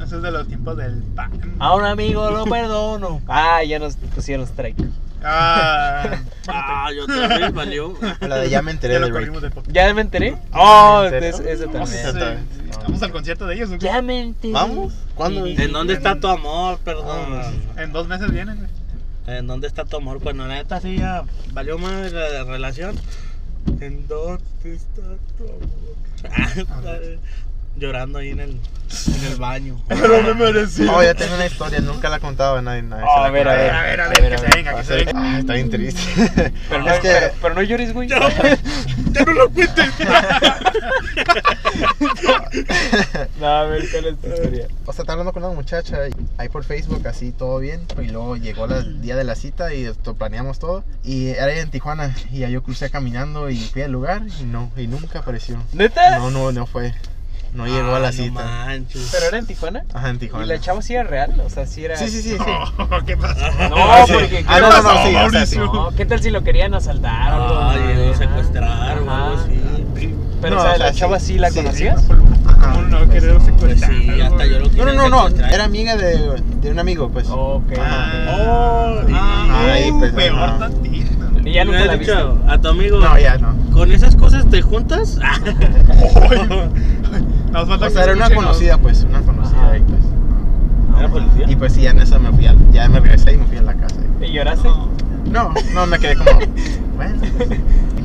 Speaker 1: Eso es de los tiempos del pan.
Speaker 3: A un amigo lo perdono. Ah, ya nos pusieron strike.
Speaker 1: Ah,
Speaker 4: Ah, yo también valió.
Speaker 2: La de ya me enteré
Speaker 1: ya
Speaker 2: de
Speaker 1: lo
Speaker 2: Rick.
Speaker 1: corrimos de poco.
Speaker 3: ¿Ya me enteré? Oh,
Speaker 2: ¿En serio?
Speaker 3: es- esa
Speaker 1: Vamos, a
Speaker 3: también.
Speaker 1: hacer- vamos al concierto de ellos. ¿o qué?
Speaker 3: Ya me enteré.
Speaker 2: ¿Vamos? ¿Cuándo?
Speaker 3: Sí.
Speaker 4: ¿En dónde está tu amor?
Speaker 1: Ah,
Speaker 4: Perdón.
Speaker 1: En dos meses vienen. güey.
Speaker 4: ¿En dónde está tu amor? Cuando la neta sí ya valió más la relación. ¿En dónde está tu amor? Ah, está (laughs) Llorando ahí en el, en el baño.
Speaker 1: Pero me merecí.
Speaker 2: Oh, ya tengo una historia, nunca la he contado a nadie. nadie
Speaker 3: Oh,
Speaker 2: se la
Speaker 3: a ver,
Speaker 1: A
Speaker 2: contó.
Speaker 1: ver, a ver, a ver, que se venga, que se venga.
Speaker 2: Ah, está bien triste. (laughs)
Speaker 3: Pero no,
Speaker 2: es que
Speaker 3: pero, pero no llores, güey.
Speaker 4: No, ¡Ya no lo cuentes!
Speaker 3: (laughs) No, a ver, ¿cuál es tu historia?
Speaker 2: O sea, estaba hablando con una muchacha y- ahí por Facebook, así todo bien. Y luego llegó la- el día de la cita y esto, planeamos todo. Y era ella en Tijuana. Y ya yo crucé caminando y fui al lugar y no, y nunca apareció.
Speaker 3: ¿Neta?
Speaker 2: No, no, no fue. No llegó a
Speaker 4: Ah,
Speaker 2: la
Speaker 4: no
Speaker 2: cita.
Speaker 4: manches.
Speaker 3: ¿Pero era en Tijuana?
Speaker 2: Ajá, en
Speaker 3: ¿Y
Speaker 2: Tijuana.
Speaker 3: la chava sí era real? O sea, sí era...
Speaker 2: Sí, sí, sí. sí.
Speaker 1: (laughs) Oh, (laughs) ¿Qué pasó?
Speaker 3: No, porque...
Speaker 2: Ah, no, no, no, sí, o sea, sí.
Speaker 3: No, ¿qué tal si lo querían asaltar o algo?
Speaker 4: Ay, lo
Speaker 3: Ajá.
Speaker 4: secuestraron o algo
Speaker 3: Ajá.
Speaker 4: así.
Speaker 3: Pero,
Speaker 2: No,
Speaker 3: o sea,
Speaker 2: o sea,
Speaker 3: ¿la
Speaker 2: sí.
Speaker 3: chava sí la
Speaker 2: Sí,
Speaker 3: conocías?
Speaker 2: Ah,
Speaker 1: ¿Cómo no querer
Speaker 4: Pues
Speaker 1: secuestrar?
Speaker 4: sí, hasta yo
Speaker 2: No,
Speaker 4: lo
Speaker 2: no,
Speaker 4: quería
Speaker 2: no, no.
Speaker 4: secuestrar.
Speaker 2: Era amiga de, de un amigo, pues.
Speaker 3: Ok.
Speaker 1: Ah,
Speaker 4: Oh,
Speaker 1: ah,
Speaker 2: ay, pues,
Speaker 1: peor
Speaker 2: no.
Speaker 1: tantito.
Speaker 3: ¿Y ya
Speaker 4: Le
Speaker 3: nunca
Speaker 4: has
Speaker 3: la viste?
Speaker 4: dicho a tu amigo,
Speaker 2: No, ya no.
Speaker 4: ¿con esas cosas te juntas? Ah,
Speaker 1: Nos falta que
Speaker 2: pues, O sea, era una
Speaker 1: escuchen, ¿no?
Speaker 2: conocida, pues, una conocida
Speaker 3: Ajá.
Speaker 2: y pues.
Speaker 4: ¿Era policía?
Speaker 2: Y pues sí, ya en eso me fui al, ya me regresé y me fui a la casa.
Speaker 3: ¿Y lloraste?
Speaker 2: No, no, me quedé como, (laughs) bueno, pues,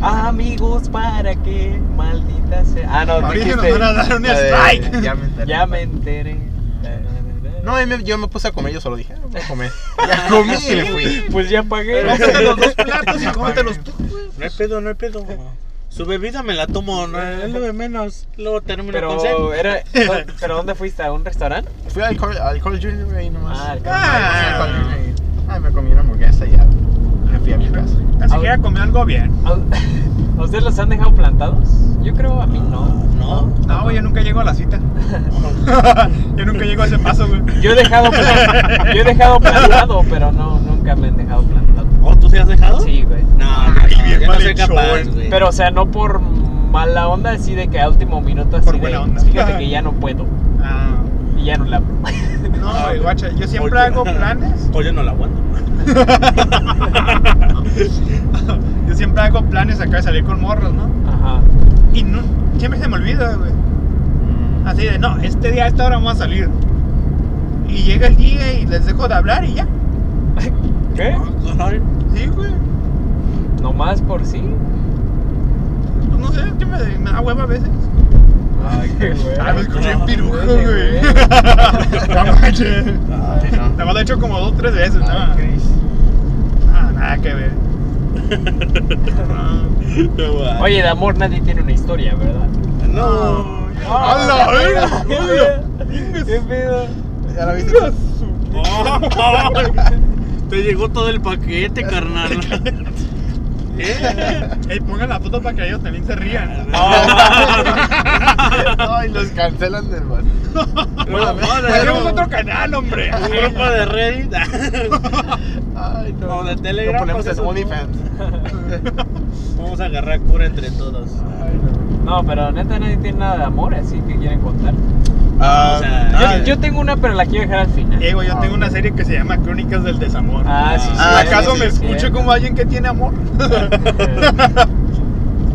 Speaker 3: Amigos, ¿para qué? Maldita sea... Ah, no,
Speaker 1: Ahorita nos
Speaker 3: dijiste...
Speaker 1: van a dar un
Speaker 2: la de-
Speaker 1: strike.
Speaker 2: ya me enteré.
Speaker 3: Ya me enteré.
Speaker 2: No, eh. y me- yo me puse a comer, yo solo dije, "Ah, voy a comer. Ya comí y me fui.
Speaker 3: Pues ya pagué.
Speaker 2: (laughs)
Speaker 1: Cómete los dos platos y cómetelos tú.
Speaker 4: No hay pedo, no hay pedo. Su bebida me la tomo, no es lo de menos. Luego termino con sed.
Speaker 3: Pero era... ¿Pero dónde fuiste? ¿A un restaurante?
Speaker 2: Fui al Carl, al Carl Jr. ahí nomás.
Speaker 3: Ah, al Carl
Speaker 2: Ah,
Speaker 1: Jr.
Speaker 2: al Carl Jr. ahí. Ah, me comí una hamburguesa y ya. Me fui a mi casa.
Speaker 1: Así que ya comió algo bien.
Speaker 3: ¿A a ustedes los han dejado plantados? Yo creo a mí no.
Speaker 4: No.
Speaker 1: No, güey, yo nunca llego a la cita. (laughs) yo nunca llego a ese paso, güey.
Speaker 3: Yo he dejado, plan- yo he dejado plantado, pero no, nunca me han dejado plantado.
Speaker 4: Oh, tú te has dejado?
Speaker 3: Sí, güey.
Speaker 4: No, no,
Speaker 1: Ay,
Speaker 4: no,
Speaker 1: bien
Speaker 4: yo no soy
Speaker 1: malhechor.
Speaker 4: capaz, güey.
Speaker 3: Pero, o sea, no por mala onda, así de que a último minuto así
Speaker 1: Por
Speaker 3: de,
Speaker 1: buena onda.
Speaker 3: fíjate que ya no puedo
Speaker 1: Ah,
Speaker 3: y ya no la abro.
Speaker 1: no, güey, guacha, yo siempre
Speaker 4: Porque-
Speaker 1: hago planes. (laughs)
Speaker 4: Pues yo no la aguanto.
Speaker 1: Yo siempre hago planes acá de salir con morros, ¿no?
Speaker 3: Ajá.
Speaker 1: Y no, siempre se me olvida, güey. Así de, no, este día a esta hora vamos a salir. Y llega el día y les dejo de hablar y ya.
Speaker 3: ¿Qué?
Speaker 4: Ah, caray.
Speaker 1: Sí, güey.
Speaker 3: Nomás por sí.
Speaker 1: Pues no sé, que me, me da hueva a veces.
Speaker 2: Ay,
Speaker 3: (laughs)
Speaker 2: qué güey.
Speaker 1: Ah, me escuché en pirujo,
Speaker 3: güey.
Speaker 1: güey. (laughs) No manches.
Speaker 2: Ay,
Speaker 1: Nada
Speaker 2: no.
Speaker 1: más lo he hecho como dos, tres veces,
Speaker 2: Ay,
Speaker 1: ¿no?
Speaker 2: Chris.
Speaker 1: Ah, nada que ver. No.
Speaker 4: No, va.
Speaker 3: Oye, de amor nadie tiene una historia, ¿verdad?
Speaker 4: No.
Speaker 1: ¡A la verga!
Speaker 3: (laughs) ¿Qué
Speaker 1: ¡Hola!
Speaker 3: pedo? ¿Qué pedo?
Speaker 2: ¿Ya la viste?
Speaker 4: Oh, te llegó todo el paquete, (laughs) carnal.
Speaker 1: Eh, Ey, pongan la foto para que ellos también se rían.
Speaker 2: Ah, Ay, los cancelan del bar.
Speaker 4: Bueno, bueno,
Speaker 1: Ah, Tenemos
Speaker 4: bueno.
Speaker 1: otro canal, hombre.
Speaker 4: Un grupo de Reddit. (laughs)
Speaker 2: Ay, no.
Speaker 4: O de Telegram,
Speaker 2: Lo ponemos
Speaker 4: pues,
Speaker 2: en
Speaker 4: eso,
Speaker 2: OnlyFans.
Speaker 4: Vamos a agarrar cura entre todos.
Speaker 2: Ay, no.
Speaker 3: No, pero neta nadie tiene nada de amor, así que quieren contar.
Speaker 2: Ah,
Speaker 4: O sea,
Speaker 2: ah,
Speaker 3: Yo, yo tengo una, pero la quiero dejar al final.
Speaker 1: Ey, güey, yo
Speaker 2: Ah.
Speaker 1: tengo una serie que se llama Crónicas del Desamor.
Speaker 3: Ah, sí, sí.
Speaker 2: Ah,
Speaker 3: sí,
Speaker 1: ¿Acaso
Speaker 3: sí,
Speaker 1: me
Speaker 3: sí,
Speaker 1: escucho
Speaker 3: cierto.
Speaker 1: como alguien que tiene amor?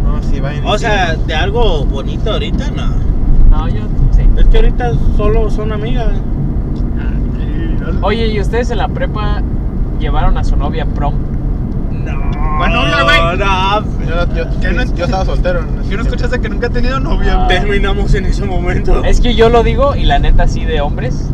Speaker 2: No, sí, vayan. y
Speaker 4: O sea,
Speaker 2: sigan.
Speaker 4: de algo bonito ahorita, no.
Speaker 3: (laughs) No, yo sí.
Speaker 4: Es que ahorita solo son amigas.
Speaker 3: Oye, ¿y ustedes en la prepa llevaron a su novia a prom?
Speaker 4: No.
Speaker 1: ¿Cuál novia, güey?
Speaker 4: No.
Speaker 2: yo, yo,
Speaker 1: ¿Qué no
Speaker 2: yo estaba soltero. en ese
Speaker 1: ¿Qué no
Speaker 2: tiempo.
Speaker 1: escuchaste que nunca he tenido novia?
Speaker 3: Ah.
Speaker 4: Terminamos en ese momento.
Speaker 3: Es que yo lo digo y la neta sí de hombres,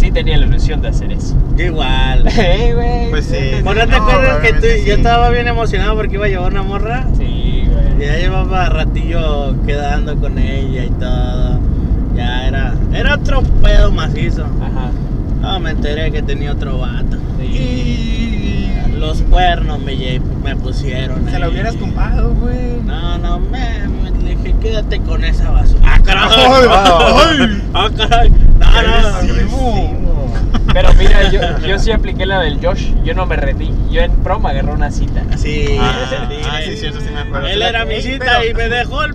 Speaker 3: sí tenía la ilusión de
Speaker 2: (laughs)
Speaker 3: hacer eso. (laughs)
Speaker 4: Yo igual.
Speaker 3: Ey, güey.
Speaker 2: Pues sí.
Speaker 3: neta,
Speaker 4: Bueno, ¿te
Speaker 2: No,
Speaker 4: acuerdas que tú,
Speaker 2: obviamente
Speaker 4: yo
Speaker 2: sí.
Speaker 4: estaba bien emocionado porque iba a llevar una morra?
Speaker 3: Sí,
Speaker 4: Y
Speaker 3: güey.
Speaker 4: Ya llevaba ratillo quedando con ella y todo. Ya era. Era otro pedo macizo.
Speaker 3: Ajá.
Speaker 4: Ah, me enteré que tenía otro vato.
Speaker 3: Sí.
Speaker 1: Y...
Speaker 4: Los cuernos me, lle- me pusieron.
Speaker 1: Se la
Speaker 4: ahí.
Speaker 1: hubieras tumbado, güey.
Speaker 4: No, no, me, me- le dije, quédate con esa basura. ¡Ah, caray!
Speaker 1: ¡Ay!
Speaker 4: ¡Ah, caray! No, no,
Speaker 1: Agresivo.
Speaker 2: Agresivo.
Speaker 3: Pero mira, yo, yo sí apliqué la del Josh. Yo no me rendí. Yo en prom agarré una cita.
Speaker 4: Sí,
Speaker 2: Ah,
Speaker 4: sí,
Speaker 2: ah, sí, cierto, sí me acuerdo.
Speaker 4: Él era mi
Speaker 1: Ey,
Speaker 4: cita
Speaker 1: pero-
Speaker 4: y me dejó el.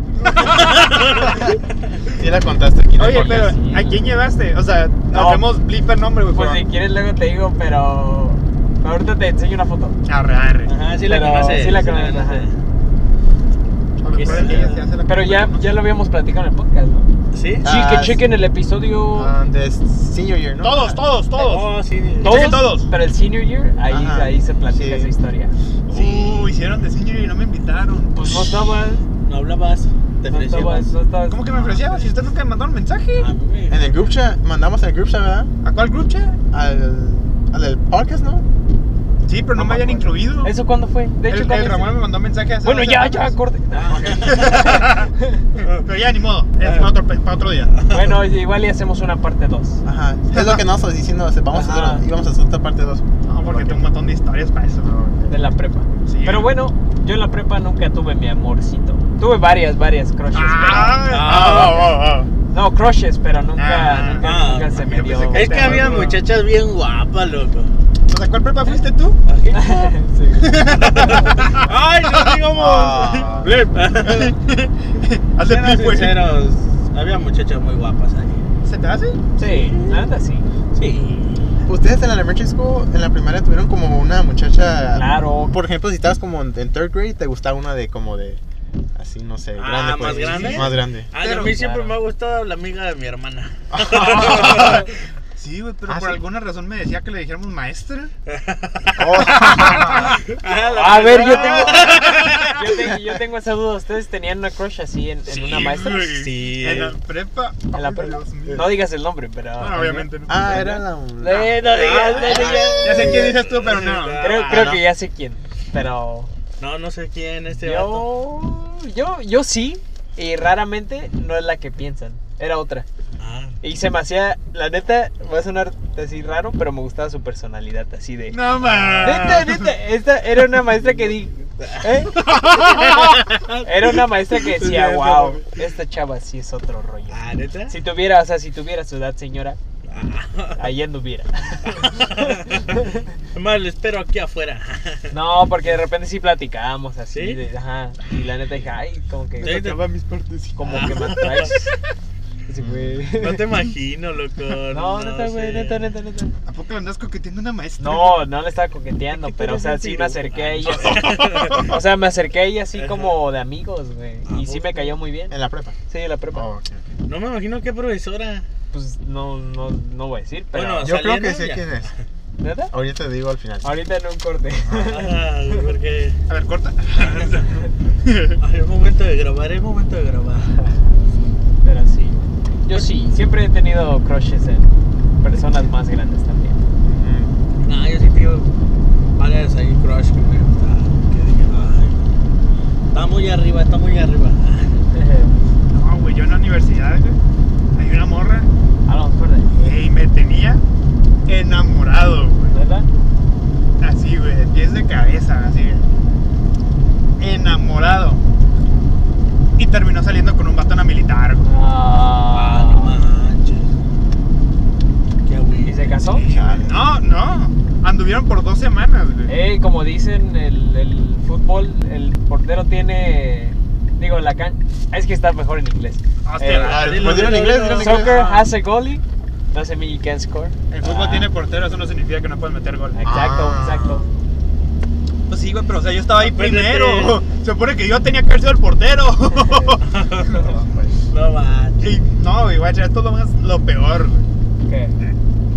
Speaker 2: Sí la contaste aquí. en el
Speaker 1: Oye,
Speaker 2: podcast.
Speaker 1: pero
Speaker 3: sí.
Speaker 1: ¿a quién llevaste? O sea, nos
Speaker 3: No.
Speaker 1: vemos blip el nombre, güey.
Speaker 3: Pues
Speaker 1: pero-
Speaker 3: si quieres luego te digo, pero ahorita te enseño una foto.
Speaker 1: Arre, arre.
Speaker 4: Ajá, sí la
Speaker 3: Pero
Speaker 4: conoce.
Speaker 3: sí la conoce, ajá.
Speaker 1: Porque
Speaker 3: sí,
Speaker 1: acuérdate
Speaker 4: sí.
Speaker 1: que ella ya se la
Speaker 3: Pero ya,
Speaker 1: compró,
Speaker 3: ya lo habíamos platicado en el podcast, ¿no?
Speaker 4: ¿Sí?
Speaker 2: Ah,
Speaker 3: Sí, que
Speaker 2: sí.
Speaker 3: chequen el episodio.
Speaker 2: Ah, de senior year,
Speaker 1: ¿no?
Speaker 2: ¿no?
Speaker 1: Todos, todos, todos.
Speaker 4: Oh, sí.
Speaker 1: chequen todos.
Speaker 3: Pero el senior year, ahí,
Speaker 2: Ajá,
Speaker 3: ahí se platica
Speaker 2: sí.
Speaker 3: esa historia.
Speaker 2: Sí.
Speaker 1: Uh, hicieron de senior y no me invitaron.
Speaker 3: Pues no estabas.
Speaker 4: No hablabas. Te
Speaker 3: No estabas,
Speaker 4: ofrecías.
Speaker 3: no estabas.
Speaker 1: ¿Cómo que me ofrecías? Si usted nunca me mandó un mensaje.
Speaker 3: Ah,
Speaker 4: A mí
Speaker 2: En el group chat, mandamos el group chat, ¿verdad?
Speaker 1: ¿A cuál group chat?
Speaker 2: Al, al del podcast, ¿no?
Speaker 1: Sí, pero no,
Speaker 2: No
Speaker 1: me
Speaker 2: me
Speaker 1: habían
Speaker 2: acuerdo.
Speaker 1: incluido.
Speaker 3: ¿Eso cuándo fue? De hecho,
Speaker 1: el,
Speaker 3: ¿cuándo
Speaker 1: el
Speaker 3: es?
Speaker 1: Ramón me mandó un mensaje hace
Speaker 3: Bueno,
Speaker 1: dos
Speaker 3: ya, ya,
Speaker 1: semanas.
Speaker 3: corte.
Speaker 1: Ah, Pero ya, ni modo. Es para otro, para otro día.
Speaker 3: (laughs) bueno, igual y hacemos una parte 2.
Speaker 2: Ajá. Es lo que nos estás diciendo, o sea, vamos a
Speaker 3: Ajá.
Speaker 2: hacer, íbamos a hacer otra parte 2.
Speaker 1: No, porque tengo un montón de historias para eso.
Speaker 3: De la prepa.
Speaker 1: Sí.
Speaker 3: Pero bueno, yo en la prepa nunca tuve mi amorcito. Tuve varias, varias crushes.
Speaker 1: Ah,
Speaker 3: pero-
Speaker 1: ah, ah, ah,
Speaker 3: No, crushes, pero nunca,
Speaker 1: Ah,
Speaker 3: nunca,
Speaker 4: ah,
Speaker 3: nunca se
Speaker 1: yo
Speaker 3: me dio.
Speaker 1: pensé
Speaker 4: Es que había muchachas bien guapas, loco.
Speaker 1: O sea, ¿cuál prepa fuiste tú? (laughs)
Speaker 3: ¿Ah, (laughs) Sí.
Speaker 4: (laughs)
Speaker 1: este.
Speaker 4: Ay, no digamos.
Speaker 2: Ah.
Speaker 4: Blip.
Speaker 1: Haz de
Speaker 4: Siendo
Speaker 1: flip, güey.
Speaker 4: sinceros, había muchachas muy guapas ahí.
Speaker 1: ¿Se te hace?
Speaker 3: Sí, la neta sí.
Speaker 4: Sí.
Speaker 2: Ustedes en la elementary school, en la primaria tuvieron como una muchacha.
Speaker 3: Claro.
Speaker 2: Por ejemplo, si estabas como en, en third grade, te gustaba una de como de. Así, no sé,
Speaker 4: Ah,
Speaker 2: grande. pues.
Speaker 4: ¿más grande?
Speaker 2: Más
Speaker 4: (laughs)
Speaker 2: grande.
Speaker 4: Ay,
Speaker 1: Pero-
Speaker 4: Ah, a mí siempre
Speaker 3: claro.
Speaker 4: me ha gustado la amiga de mi hermana.
Speaker 1: Sí, güey, pero
Speaker 2: Ah,
Speaker 1: por
Speaker 2: sí.
Speaker 1: alguna razón me decía que le dijéramos maestra.
Speaker 2: Oh.
Speaker 3: Ah,
Speaker 4: (laughs)
Speaker 3: A ver, yo
Speaker 1: (laughs)
Speaker 3: tengo, yo tengo. yo tengo esa duda. ¿Ustedes tenían una crush así en, en
Speaker 1: Sí,
Speaker 3: una maestra?
Speaker 1: güey.
Speaker 4: Sí.
Speaker 1: En la prepa.
Speaker 3: En la
Speaker 1: Ay,
Speaker 3: prepa.
Speaker 1: Dios mío.
Speaker 3: No digas el nombre, pero.
Speaker 1: No, obviamente Ah, no.
Speaker 2: ah, era la.
Speaker 3: Eh, no digas, no digas.
Speaker 1: Ya sé quién dices tú, pero no.
Speaker 3: Creo,
Speaker 4: Ah,
Speaker 3: creo
Speaker 2: no.
Speaker 3: que ya sé quién. Pero.
Speaker 4: No, no sé quién este vato.
Speaker 3: Yo, yo, yo sí, y raramente no es la que piensan, era otra.
Speaker 4: Ah.
Speaker 3: Y se me hacía, la neta, va a sonar así raro, pero me gustaba su personalidad, así de...
Speaker 1: No, man.
Speaker 3: Neta, neta, esta era una maestra que di... ¿eh? Era una maestra que decía, wow, esta chava sí es otro rollo.
Speaker 4: Ah, ¿neta? Ah,
Speaker 3: Si tuviera, o sea, si tuviera su edad, señora, Ahí anduviera. (laughs)
Speaker 4: Más lo espero aquí afuera. (laughs)
Speaker 3: No, porque de repente sí platicábamos así.
Speaker 4: ¿Sí?
Speaker 3: de- ajá. Y la neta dije, ay, como que.
Speaker 4: Sí.
Speaker 1: Tocaba mis partes.
Speaker 3: Como que
Speaker 4: (laughs)
Speaker 3: me atraes. Sí, güey.
Speaker 4: No te imagino, loco.
Speaker 3: (laughs) No, neta, güey,
Speaker 4: sé.
Speaker 3: neta, neta, neta.
Speaker 1: ¿A poco le andas coqueteando a una maestra?
Speaker 3: No, no le estaba coqueteando,
Speaker 1: Es que tú
Speaker 3: pero o
Speaker 1: eres
Speaker 3: sea,
Speaker 1: un
Speaker 3: sí me
Speaker 1: piru-
Speaker 3: acerqué
Speaker 1: Ah,
Speaker 3: a ella.
Speaker 4: (laughs)
Speaker 3: O sea, me acerqué a ella así
Speaker 4: Ajá.
Speaker 3: como de amigos, güey. Y sí me cayó muy bien.
Speaker 2: En la prepa.
Speaker 3: Sí, la prepa.
Speaker 2: Oh, ok, ok.
Speaker 4: No me imagino qué profesora.
Speaker 3: Pues no, no, no voy a decir, pero.
Speaker 4: Bueno,
Speaker 2: Yo creo
Speaker 4: ¿Saliendo?
Speaker 2: que sé
Speaker 4: Ya.
Speaker 2: quién es.
Speaker 3: ¿Neta?
Speaker 2: Ahorita te digo al final.
Speaker 3: Ahorita en un corte.
Speaker 4: Ah, porque
Speaker 1: A ver, corta. (laughs)
Speaker 4: ay, es momento de grabar, es momento de grabar.
Speaker 3: Pero sí. Yo sí, siempre he tenido crushes en personas más grandes también.
Speaker 2: Mm.
Speaker 4: No, yo sí tengo varias ahí crush que me gusta. Que dije, ay, está muy arriba, está muy arriba.
Speaker 3: Ah.
Speaker 1: No, güey, yo en la universidad, güey, hay una morra
Speaker 3: A lo mejor de.
Speaker 1: y me tenía enamorado, güey.
Speaker 3: ¿Verdad?
Speaker 1: Así, güey, de pies de cabeza, así. güey. Enamorado. Y terminó saliendo con un batón a militar, güey.
Speaker 4: Ah, no
Speaker 3: Ah,
Speaker 4: manches. Qué güey.
Speaker 3: ¿Y se casó?
Speaker 1: No, no. Anduvieron por dos semanas, güey.
Speaker 3: Ey, como dicen el, el fútbol, el portero tiene. Digo, la can. Es que está mejor en inglés.
Speaker 1: Hostia,
Speaker 3: eh,
Speaker 2: Ah,
Speaker 1: dale,
Speaker 2: pues dilo en inglés, dilo en inglés.
Speaker 3: Soccer has a goalie, doesn't mean you can score.
Speaker 1: El fútbol
Speaker 3: Ah.
Speaker 1: tiene portero, eso no significa que no puedes meter gol.
Speaker 3: Exacto,
Speaker 2: Ah.
Speaker 3: exacto.
Speaker 1: Pues sí, güey, pero o sea, yo estaba ahí
Speaker 4: Acuérdate.
Speaker 1: primero. Se supone que yo tenía que haber sido el portero. (laughs)
Speaker 2: No,
Speaker 4: (laughs)
Speaker 2: pues.
Speaker 4: No manches.
Speaker 1: Y, no, güey, guacha, esto es lo, más, lo peor, güey.
Speaker 3: ¿Qué?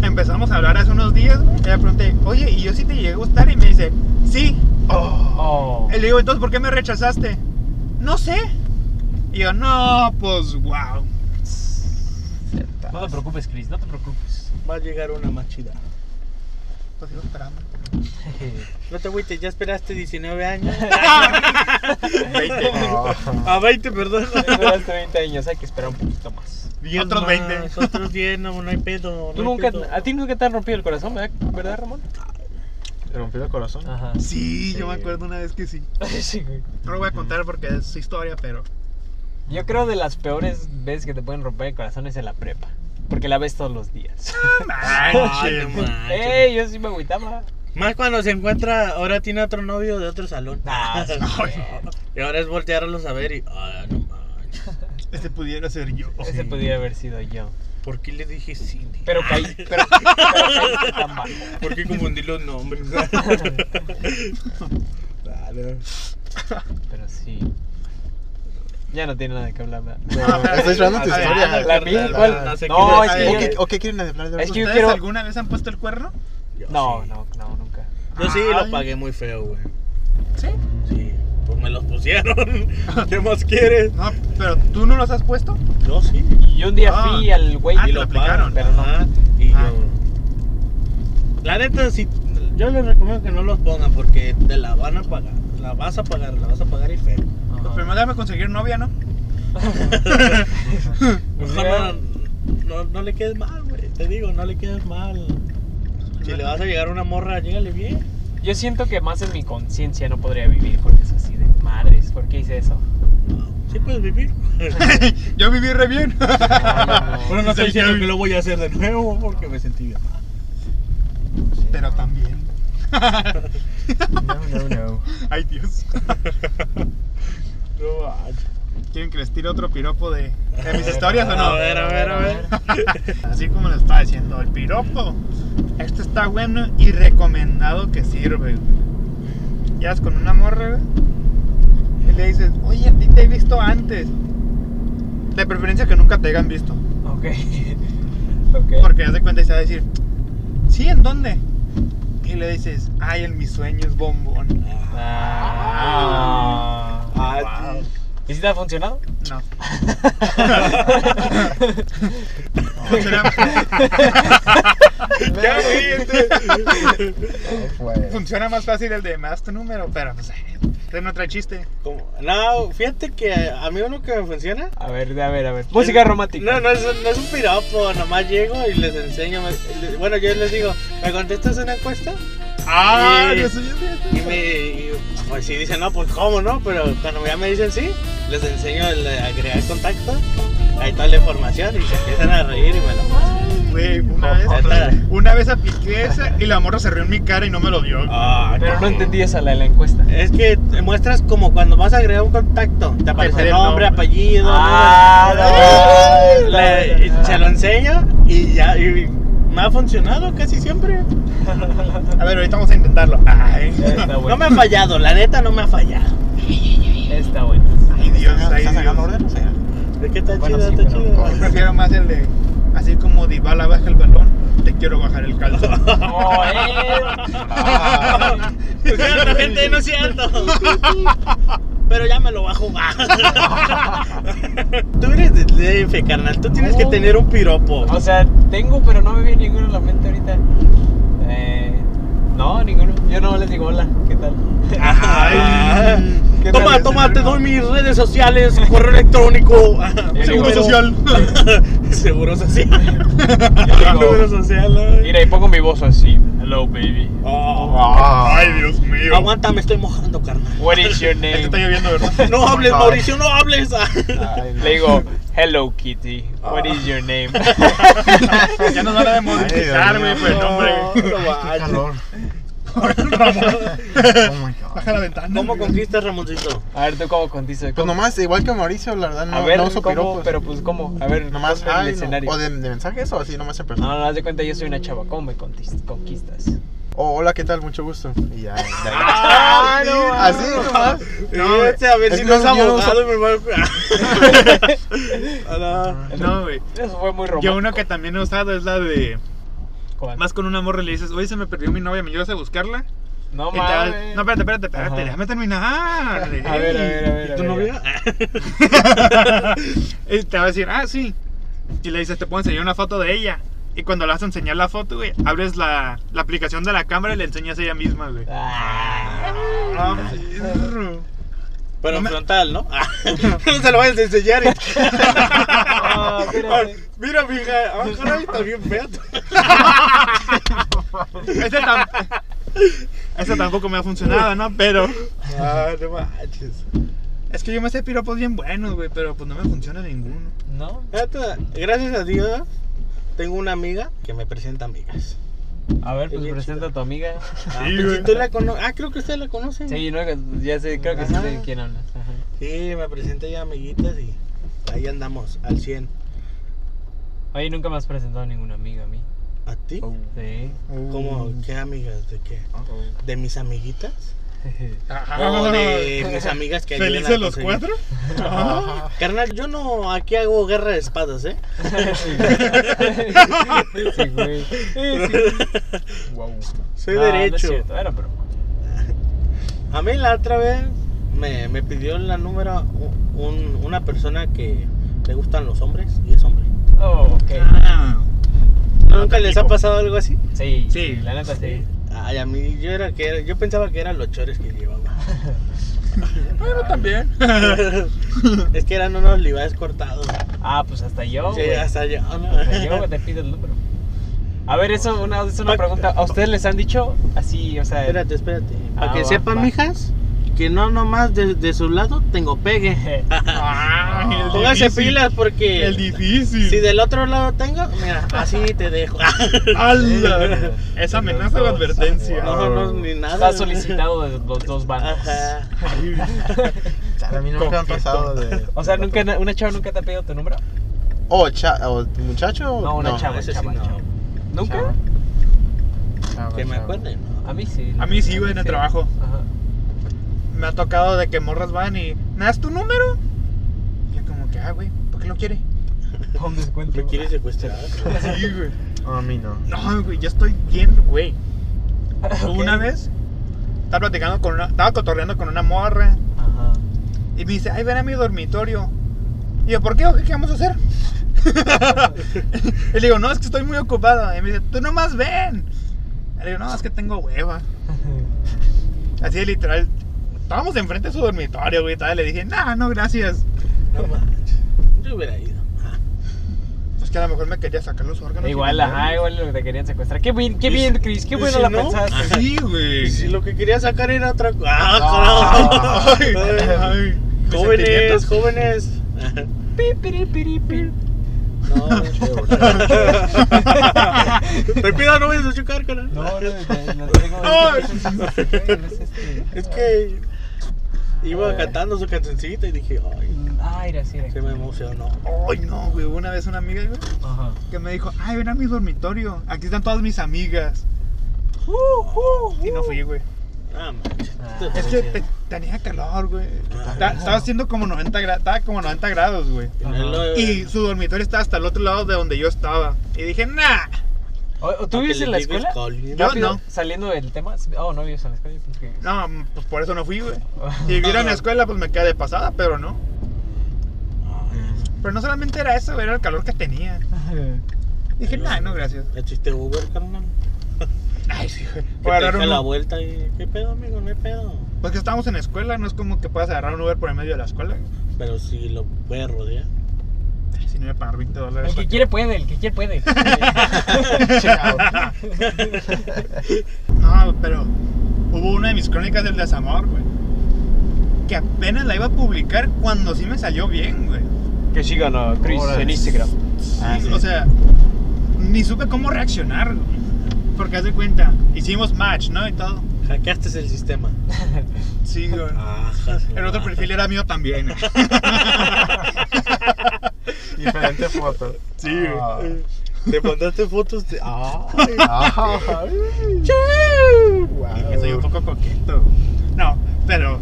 Speaker 1: Empezamos a hablar hace unos días, güey. y Le pregunté, oye, ¿y yo sí te llegué a gustar? Y me dice, sí.
Speaker 3: Oh.
Speaker 1: Y le digo, entonces, ¿por qué me rechazaste? No sé. Y yo, no, pues, wow.
Speaker 3: No te preocupes, Chris, no te preocupes. (laughs)
Speaker 4: Va a llegar una más chida.
Speaker 1: Pues sigo esperando.
Speaker 4: No te agüites, ya esperaste
Speaker 3: (laughs)
Speaker 4: 19 años.
Speaker 2: (laughs) Oh.
Speaker 4: A 20, perdón.
Speaker 3: Tienes 30 años, hay que esperar un poquito más.
Speaker 4: Diez
Speaker 1: Otros
Speaker 4: más,
Speaker 1: 20.
Speaker 4: Otros 10, no, no hay pedo.
Speaker 3: Tú
Speaker 4: no hay
Speaker 3: nunca,
Speaker 4: pedo.
Speaker 3: a ti nunca te han rompido el corazón, ¿verdad, ¿Verdad, Ramón?
Speaker 2: ¿Te rompió el corazón?
Speaker 3: Ajá.
Speaker 1: Sí, yo
Speaker 2: Sí.
Speaker 1: me acuerdo una vez que sí.
Speaker 3: (laughs) Sí, güey.
Speaker 1: No lo voy a contar porque es su historia, pero.
Speaker 3: Yo creo de las peores veces que te pueden romper el corazón es en la prepa. Porque la ves todos los días.
Speaker 4: Ay, no manches.
Speaker 3: (laughs) ¡Ey! Yo sí me agüitaba.
Speaker 4: Más cuando se encuentra, ahora tiene otro novio de otro salón. (laughs)
Speaker 3: Nah, Ah, sí.
Speaker 4: y ahora es voltearlos a ver y. Ah, no manches.
Speaker 1: Este pudiera ser yo.
Speaker 3: Ese pudiera haber sido yo.
Speaker 4: ¿Por qué le dije Cindy?
Speaker 3: Pero caí. Pero, pero caí tan bajo.
Speaker 4: ¿Por qué confundí los nombres? (laughs) Vale.
Speaker 3: Pero sí. Ya no tiene nada que hablar. ¿verdad?
Speaker 2: Ah, Estoy esperando tu
Speaker 1: A ver,
Speaker 2: historia. Ah.
Speaker 1: a ver,
Speaker 3: La mía,
Speaker 4: Ah, la-
Speaker 3: ¿cuál?
Speaker 4: la Ah, sé
Speaker 3: No,
Speaker 4: quién
Speaker 1: es.
Speaker 3: es
Speaker 2: Oh, ¿O
Speaker 1: A
Speaker 3: que.
Speaker 2: qué,
Speaker 1: ver.
Speaker 2: o qué quieren hablar de
Speaker 3: Es que yo
Speaker 1: ¿Ustedes
Speaker 3: quiero-
Speaker 1: alguna vez han puesto el cuerno?
Speaker 4: Yo
Speaker 3: No,
Speaker 4: sí.
Speaker 3: no, no, nunca.
Speaker 4: Yo sí
Speaker 1: Ay.
Speaker 4: lo pagué muy feo, güey.
Speaker 1: Sí.
Speaker 4: Sí. Pues me los pusieron. (laughs) ¿Qué más quieres?
Speaker 1: No, pero tú no los has puesto.
Speaker 4: Yo sí.
Speaker 3: Y un día
Speaker 1: Ah.
Speaker 3: fui al güey
Speaker 1: Ah,
Speaker 3: y
Speaker 1: te
Speaker 3: lo
Speaker 1: lo aplicaron.
Speaker 3: pero no.
Speaker 4: Ajá, Y
Speaker 1: Ah.
Speaker 4: yo. La neta, si, yo les recomiendo que no los pongan porque te la van a pagar. La vas a pagar, la vas a pagar y feo.
Speaker 1: Pues primero déjame conseguir novia, ¿no? (laughs)
Speaker 4: Mejor
Speaker 3: Mira.
Speaker 4: no, no, no le quedes mal, güey. Te digo, no le quedes mal. Si le vas a llegar a una morra, llégale bien.
Speaker 3: Yo siento que más en mi conciencia no podría vivir con eso así de madres. ¿Por qué hice eso?
Speaker 4: Sí puedes vivir.
Speaker 1: yo viví re bien. (laughs)
Speaker 4: Bueno, no
Speaker 1: Sí,
Speaker 4: estoy diciendo
Speaker 1: yo-
Speaker 4: que lo voy a hacer de nuevo porque me sentí bien mal.
Speaker 1: Pero también.
Speaker 2: No, no, no.
Speaker 1: Ay, Dios.
Speaker 4: No, ay.
Speaker 1: ¿Quieren que les tire otro piropo de, de mis historias o no?
Speaker 4: (laughs) A ver, a ver, a ver.
Speaker 1: Así como les estaba diciendo, el piropo. Este está bueno y recomendado que sirve. güey. Ya es con una morra, güey. Y le dices, oye, a ti te he visto antes. De preferencia que nunca te hayan visto.
Speaker 3: Ok. Ok.
Speaker 1: Porque ya se cuenta y se va a decir, ¿sí? ¿En dónde? Y le dices, ay, en mis sueños, bombón.
Speaker 3: Ah.
Speaker 4: Ah,
Speaker 1: Wow.
Speaker 3: ¿Y si te ha funcionado?
Speaker 1: No. (laughs) Funciona,
Speaker 4: Ya, güey, este-
Speaker 2: Pues,
Speaker 1: funciona más fácil el de me das tu número, pero pues, eh, este no trae chiste.
Speaker 4: ¿Cómo? No, fíjate que a mí uno que me funciona.
Speaker 3: A ver, a ver, a ver. Música romántica.
Speaker 4: No, no es, no es un piropo, nomás llego y les enseño. me- le- bueno, yo les digo, ¿me contestas una encuesta?
Speaker 1: Ah,
Speaker 4: Sí.
Speaker 1: yo soy un-
Speaker 4: Y me. y, pues sí, dicen, no, pues cómo no, pero cuando ya me dicen sí, les enseño el de agregar eh, contacto Ahí toda la información y se empiezan a reír y me lo pasan.
Speaker 1: Güey, una vez,
Speaker 4: Otra.
Speaker 1: una vez apliqué esa y la morra se rió en mi cara y no me lo dio.
Speaker 4: Ah,
Speaker 3: Pero no
Speaker 4: cabrón.
Speaker 3: entendí esa la de la encuesta.
Speaker 4: Es que te muestras como cuando vas a agregar un contacto, te aparece
Speaker 1: el
Speaker 4: el
Speaker 1: nombre.
Speaker 4: nombre, apellido.
Speaker 3: Ah,
Speaker 4: número.
Speaker 3: no,
Speaker 4: Le-
Speaker 3: no, no, no.
Speaker 4: se lo enseño y ya y me ha funcionado casi siempre.
Speaker 1: A ver, ahorita vamos a intentarlo. Ay,
Speaker 3: Está
Speaker 4: No
Speaker 3: bueno.
Speaker 4: me ha fallado, la neta no me ha fallado.
Speaker 3: Está bueno.
Speaker 1: (laughs) ay Dios, ay
Speaker 2: ¿Estás sacando
Speaker 1: Dios.
Speaker 2: orden? O sea,
Speaker 4: Es que está
Speaker 3: Bueno,
Speaker 4: chido,
Speaker 3: sí,
Speaker 4: está
Speaker 3: pero-
Speaker 4: chido.
Speaker 1: Prefiero más el de, así como Dybala baja el balón, te quiero bajar el calzón.
Speaker 4: (laughs)
Speaker 3: Oh, eh.
Speaker 2: ah,
Speaker 4: Es cierto, Pues gente, no es cierto. (laughs) Pero ya me lo va a jugar. Tú eres de DF, carnal. Tú tienes que
Speaker 3: No.
Speaker 4: tener un piropo.
Speaker 3: O sea, tengo, pero no me viene ninguno a la mente ahorita. Eh, no, ninguno. Yo no les digo hola. ¿Qué tal?
Speaker 4: Ay.
Speaker 3: ¿Qué tal
Speaker 4: Toma,
Speaker 3: ese
Speaker 4: toma, te
Speaker 1: verbo?
Speaker 4: doy mis redes sociales, correo electrónico.
Speaker 3: El
Speaker 1: Seguro social.
Speaker 3: número.
Speaker 4: (laughs) Seguro social. (laughs)
Speaker 3: Yo
Speaker 4: Número
Speaker 3: digo,
Speaker 4: social. ay.
Speaker 3: mira, y pongo mi voz así. Hello, baby.
Speaker 4: Oh.
Speaker 2: ah.
Speaker 1: Ay, Dios mío.
Speaker 4: Aguanta, me estoy mojando, carnal.
Speaker 3: What is your
Speaker 1: Este
Speaker 3: name?
Speaker 1: está lloviendo, ¿verdad?
Speaker 4: No hables,
Speaker 2: God.
Speaker 4: Mauricio, no hables.
Speaker 2: Ay, no.
Speaker 3: Le digo, hello, kitty. What is your name?
Speaker 1: (laughs) Ya nos van a
Speaker 2: Ay,
Speaker 1: demonetizar, güey,
Speaker 2: Dios
Speaker 1: pues, no, hombre.
Speaker 4: no
Speaker 2: Qué
Speaker 4: manches.
Speaker 2: calor.
Speaker 1: Ramón,
Speaker 2: (laughs) Oh my god.
Speaker 1: baja la ventana.
Speaker 4: ¿Cómo
Speaker 1: güey.
Speaker 4: conquistas, Ramoncito?
Speaker 3: A ver, tú cómo contestas.
Speaker 2: Pues nomás, igual que Mauricio, la verdad, no,
Speaker 3: a ver,
Speaker 2: no uso
Speaker 3: ¿cómo?
Speaker 2: piropos.
Speaker 3: Pero pues, ¿cómo? A ver,
Speaker 2: nomás,
Speaker 3: ponme el
Speaker 2: ay, no.
Speaker 3: escenario. Ah.
Speaker 2: o de, de mensajes o así nomás en
Speaker 3: No,
Speaker 2: persona.
Speaker 3: no, haz de cuenta, yo soy una chava. ¿Cómo me contis- conquistas?
Speaker 2: O hola, ¿qué tal? Mucho gusto. Y ya,
Speaker 3: (laughs)
Speaker 2: ya, ya.
Speaker 4: Ah,
Speaker 1: no,
Speaker 4: sí.
Speaker 2: Así nomás.
Speaker 4: No, este, a ver
Speaker 2: es
Speaker 4: si
Speaker 2: que
Speaker 4: no es
Speaker 2: no- yo no
Speaker 4: abogado, mi hermano.
Speaker 2: (laughs)
Speaker 4: Ah,
Speaker 1: No, güey.
Speaker 3: Eso fue muy
Speaker 1: Yo
Speaker 3: romántico.
Speaker 1: una que también he usado es la de.
Speaker 3: ¿Cuál?
Speaker 1: Más con una morra le dices, oye, se me perdió mi novia, ¿me ayudas a buscarla?
Speaker 3: No
Speaker 1: Y te va-
Speaker 3: mames.
Speaker 1: No, espérate, espérate, espérate,
Speaker 3: Ajá.
Speaker 1: déjame terminar.
Speaker 3: A ver, a ver, a ver.
Speaker 4: ¿Y
Speaker 3: a
Speaker 4: tu
Speaker 3: ver.
Speaker 4: novia?
Speaker 1: (laughs) y te va a decir, ah, sí. Y le dices, te puedo enseñar una foto de ella. Y cuando le vas a enseñar la foto, güey, abres la, la aplicación de la cámara y le enseñas a ella misma, güey.
Speaker 3: Ah.
Speaker 1: Ah, perro.
Speaker 4: Pero
Speaker 1: No
Speaker 4: en
Speaker 1: me-
Speaker 4: frontal, ¿no? (laughs) Ah, no se lo vayas a enseñar. y-
Speaker 3: Ah, espérate.
Speaker 4: Ah, Mira, mija, ah, caray, está bien fea.
Speaker 1: Ese tam- (laughs) Ese tampoco me ha funcionado, ¿no? Pero.
Speaker 4: Ah, no manches.
Speaker 1: Es que yo me sé piropos bien buenos, güey, pero pues no me funciona ninguno.
Speaker 3: ¿No?
Speaker 4: Neta, Gracias a Dios, tengo una amiga que me presenta amigas.
Speaker 3: A ver, pues
Speaker 4: Bien
Speaker 3: presenta
Speaker 4: chida.
Speaker 3: a tu amiga.
Speaker 4: Ah,
Speaker 1: Sí,
Speaker 4: pues,
Speaker 1: güey.
Speaker 4: si tú la cono- ah, creo que usted la conoce.
Speaker 3: Sí, no, ya sé, creo que sí
Speaker 4: Ajá.
Speaker 3: sé de quién hablas. Ajá.
Speaker 4: Sí, me presenta ya amiguitas y ahí andamos, al 100.
Speaker 3: Oye, nunca me has presentado a ninguna amiga a mí.
Speaker 4: ¿A ti?
Speaker 2: Oh.
Speaker 3: Sí.
Speaker 4: ¿Cómo? ¿Qué amigas? ¿De qué? ¿De mis amiguitas?
Speaker 1: Ah,
Speaker 4: ¿O de mis amigas que ayudan a
Speaker 1: ¿Felices los
Speaker 4: conseguir?
Speaker 1: cuatro?
Speaker 4: Ah, Carnal, yo no aquí hago guerra de espadas, ¿eh?
Speaker 3: sí, güey. Eh, sí.
Speaker 2: Wow.
Speaker 4: (laughs) Soy
Speaker 3: No, no es
Speaker 4: derecho.
Speaker 3: cierto, era broma.
Speaker 4: A mí la otra vez me, me pidió la número u- un- una persona que le gustan los hombres y es hombre.
Speaker 3: Oh, ok.
Speaker 1: Ah.
Speaker 4: ¿Nunca les ha
Speaker 1: tipo.
Speaker 4: pasado algo así?
Speaker 3: Sí, sí,
Speaker 1: Sí.
Speaker 3: la neta sí.
Speaker 4: Ay, a mí yo era que era- yo pensaba que eran los chores que
Speaker 1: (laughs)
Speaker 4: llevaba.
Speaker 1: Pero también.
Speaker 4: (laughs) es que eran unos libaes cortados.
Speaker 3: Ah, pues hasta yo,
Speaker 4: Sí,
Speaker 3: güey.
Speaker 4: hasta yo. ¿no?
Speaker 3: Hasta yo güey, te pido el número. A ver, eso una, es una pregunta. ¿A ustedes les han dicho así, o sea,
Speaker 4: (laughs)
Speaker 3: (laughs)
Speaker 4: Espérate, espérate. Para
Speaker 3: Ah,
Speaker 4: que
Speaker 3: va,
Speaker 4: sepan,
Speaker 3: va.
Speaker 4: mijas, que no nomás de, de su lado
Speaker 3: (laughs)
Speaker 4: tengo pegue.
Speaker 1: Ay, el
Speaker 4: Póngase
Speaker 1: difícil.
Speaker 4: pilas porque
Speaker 1: El difícil.
Speaker 4: si del otro lado tengo, mira, así
Speaker 1: (laughs)
Speaker 4: te dejo.
Speaker 1: Ah, ¡Hala! Es amenaza o
Speaker 3: Los dos.
Speaker 1: advertencia.
Speaker 2: Wow.
Speaker 4: (laughs) No, no, ni nada.
Speaker 3: está solicitado de los dos bandos?
Speaker 4: (laughs) Ajá.
Speaker 2: Chale, a mí nunca me
Speaker 1: Coquetón.
Speaker 2: han pasado de.
Speaker 3: (laughs) O sea, nunca una chava nunca te ha pedido tu número?
Speaker 2: Oh, cha- o muchacho. o-
Speaker 3: No, una
Speaker 4: No,
Speaker 3: chava,
Speaker 4: ese sí
Speaker 3: chava,
Speaker 4: no.
Speaker 3: chava. ¿Nunca?
Speaker 2: Chava. Chava,
Speaker 4: Que me
Speaker 2: chava.
Speaker 4: acuerde, ¿no?
Speaker 3: A mí sí.
Speaker 1: A mí sí, güey, en el trabajo.
Speaker 3: Ajá.
Speaker 1: Me ha tocado de que morras van y. ¿Me das tu número? Y yo como que, ah, güey, ¿por qué lo quiere?
Speaker 3: Pon descuento.
Speaker 4: ¿Lo quieres secuestrar?
Speaker 1: Sí, güey.
Speaker 2: No, a mí no.
Speaker 1: No, güey, yo estoy bien, güey. Una vez estaba platicando con una. Estaba cotorreando con una morra.
Speaker 3: Ajá.
Speaker 1: Y me dice, ay, ven a mi dormitorio. Y yo, ¿por qué? ¿O qué, ¿Qué vamos a hacer? (laughs) y le digo, no, es que estoy muy ocupado. Y me dice, tú nomás ven. Y le digo, no, es que tengo hueva. Así de literal. Estábamos enfrente de su dormitorio, güey. Tal. Le dije, no, no, gracias.
Speaker 4: (laughs) No manches. Yo hubiera ido.
Speaker 1: Pues que a lo mejor me quería sacar los órganos.
Speaker 3: Igual, ajá, igual lo que te querían secuestrar. Qué bien, qué bien, Chris, qué
Speaker 4: ¿Y
Speaker 3: bueno
Speaker 4: si
Speaker 3: la
Speaker 4: no?
Speaker 3: pensaste.
Speaker 1: Sí, güey.
Speaker 4: (laughs) Y si lo que quería
Speaker 1: (laughs)
Speaker 4: sacar era otra cosa.
Speaker 2: Ah.
Speaker 4: ¡Ah, carajo!
Speaker 1: Ay, ay, mis
Speaker 4: Jóvenes,
Speaker 1: sentimientos.
Speaker 4: jóvenes.
Speaker 3: Pi, piri, piri,
Speaker 4: (laughs)
Speaker 3: pi.
Speaker 5: No,
Speaker 4: Te cuidado, no vayas a chocar con él.
Speaker 5: no, no, no, no tengo.
Speaker 4: No.
Speaker 5: es un chiste, güey, no es este.
Speaker 4: Es que iba cantando su cancioncita y dije, ay,
Speaker 5: Ay, era así. era
Speaker 4: se
Speaker 5: aquí.
Speaker 4: me emocionó.
Speaker 1: Ay, no, güey. Una vez una amiga, güey,
Speaker 5: Ajá.
Speaker 1: que me dijo, ay, ven a mi dormitorio. Aquí están todas mis amigas.
Speaker 4: Uh,
Speaker 1: Y no fui, güey.
Speaker 4: Ah, manches.
Speaker 5: Ah.
Speaker 4: Te
Speaker 1: Es que
Speaker 4: decía.
Speaker 1: te- tenía calor, güey.
Speaker 4: Ah.
Speaker 1: Ta- Estaba haciendo como 90 grados, estaba como 90 grados, güey.
Speaker 4: Y no lo-
Speaker 1: Y su dormitorio estaba hasta el otro lado de donde yo estaba. Y dije, nah.
Speaker 5: O- o ¿Tú
Speaker 4: Aunque
Speaker 5: vives
Speaker 4: le
Speaker 5: en la
Speaker 4: digo
Speaker 5: escuela?
Speaker 4: Colin.
Speaker 1: Yo
Speaker 5: Rápido,
Speaker 1: no.
Speaker 5: Saliendo del tema. Oh, no vives en la escuela. yo pensé que-
Speaker 1: No, pues por eso no fui, güey.
Speaker 4: Ah,
Speaker 5: (laughs)
Speaker 1: Si viviera en la escuela, pues me quedé de pasada, pero no.
Speaker 4: Ah,
Speaker 1: Pero no solamente era eso, era el calor que tenía. Dije, nah, no, gracias.
Speaker 4: El chiste Uber, carnal.
Speaker 1: Ay, sí, güey.
Speaker 4: Que
Speaker 1: Voy a
Speaker 4: te
Speaker 1: agarrar
Speaker 4: deja
Speaker 1: uno.
Speaker 4: la vuelta y. ¿Qué pedo, amigo? No hay pedo.
Speaker 1: Pues que estábamos en la escuela, no es como que puedas agarrar un Uber por el medio de la escuela.
Speaker 4: Pero si lo puedes rodear.
Speaker 1: Si no me pagar 20 dólares.
Speaker 5: El que quiere puede, el que quiere
Speaker 3: (laughs)
Speaker 5: puede.
Speaker 2: Chingado.
Speaker 1: No, pero hubo una de mis crónicas del desamor, güey. Que apenas la iba a publicar cuando sí me salió bien, güey.
Speaker 3: Que sigan a Chris
Speaker 2: Órale.
Speaker 3: en Instagram.
Speaker 1: Sí, O sea, ni supe cómo reaccionar, güey. Porque haz de cuenta, hicimos match, ¿no? Y todo.
Speaker 4: Hackeaste el sistema. Ah.
Speaker 1: Sí, güey. El otro perfil era mío también.
Speaker 2: Diferente
Speaker 3: (laughs)
Speaker 2: foto.
Speaker 1: Sí, güey.
Speaker 4: Te mandaste fotos de. ¡Ah!
Speaker 3: (laughs)
Speaker 2: Ah,
Speaker 1: Que soy un poco coqueto. No, pero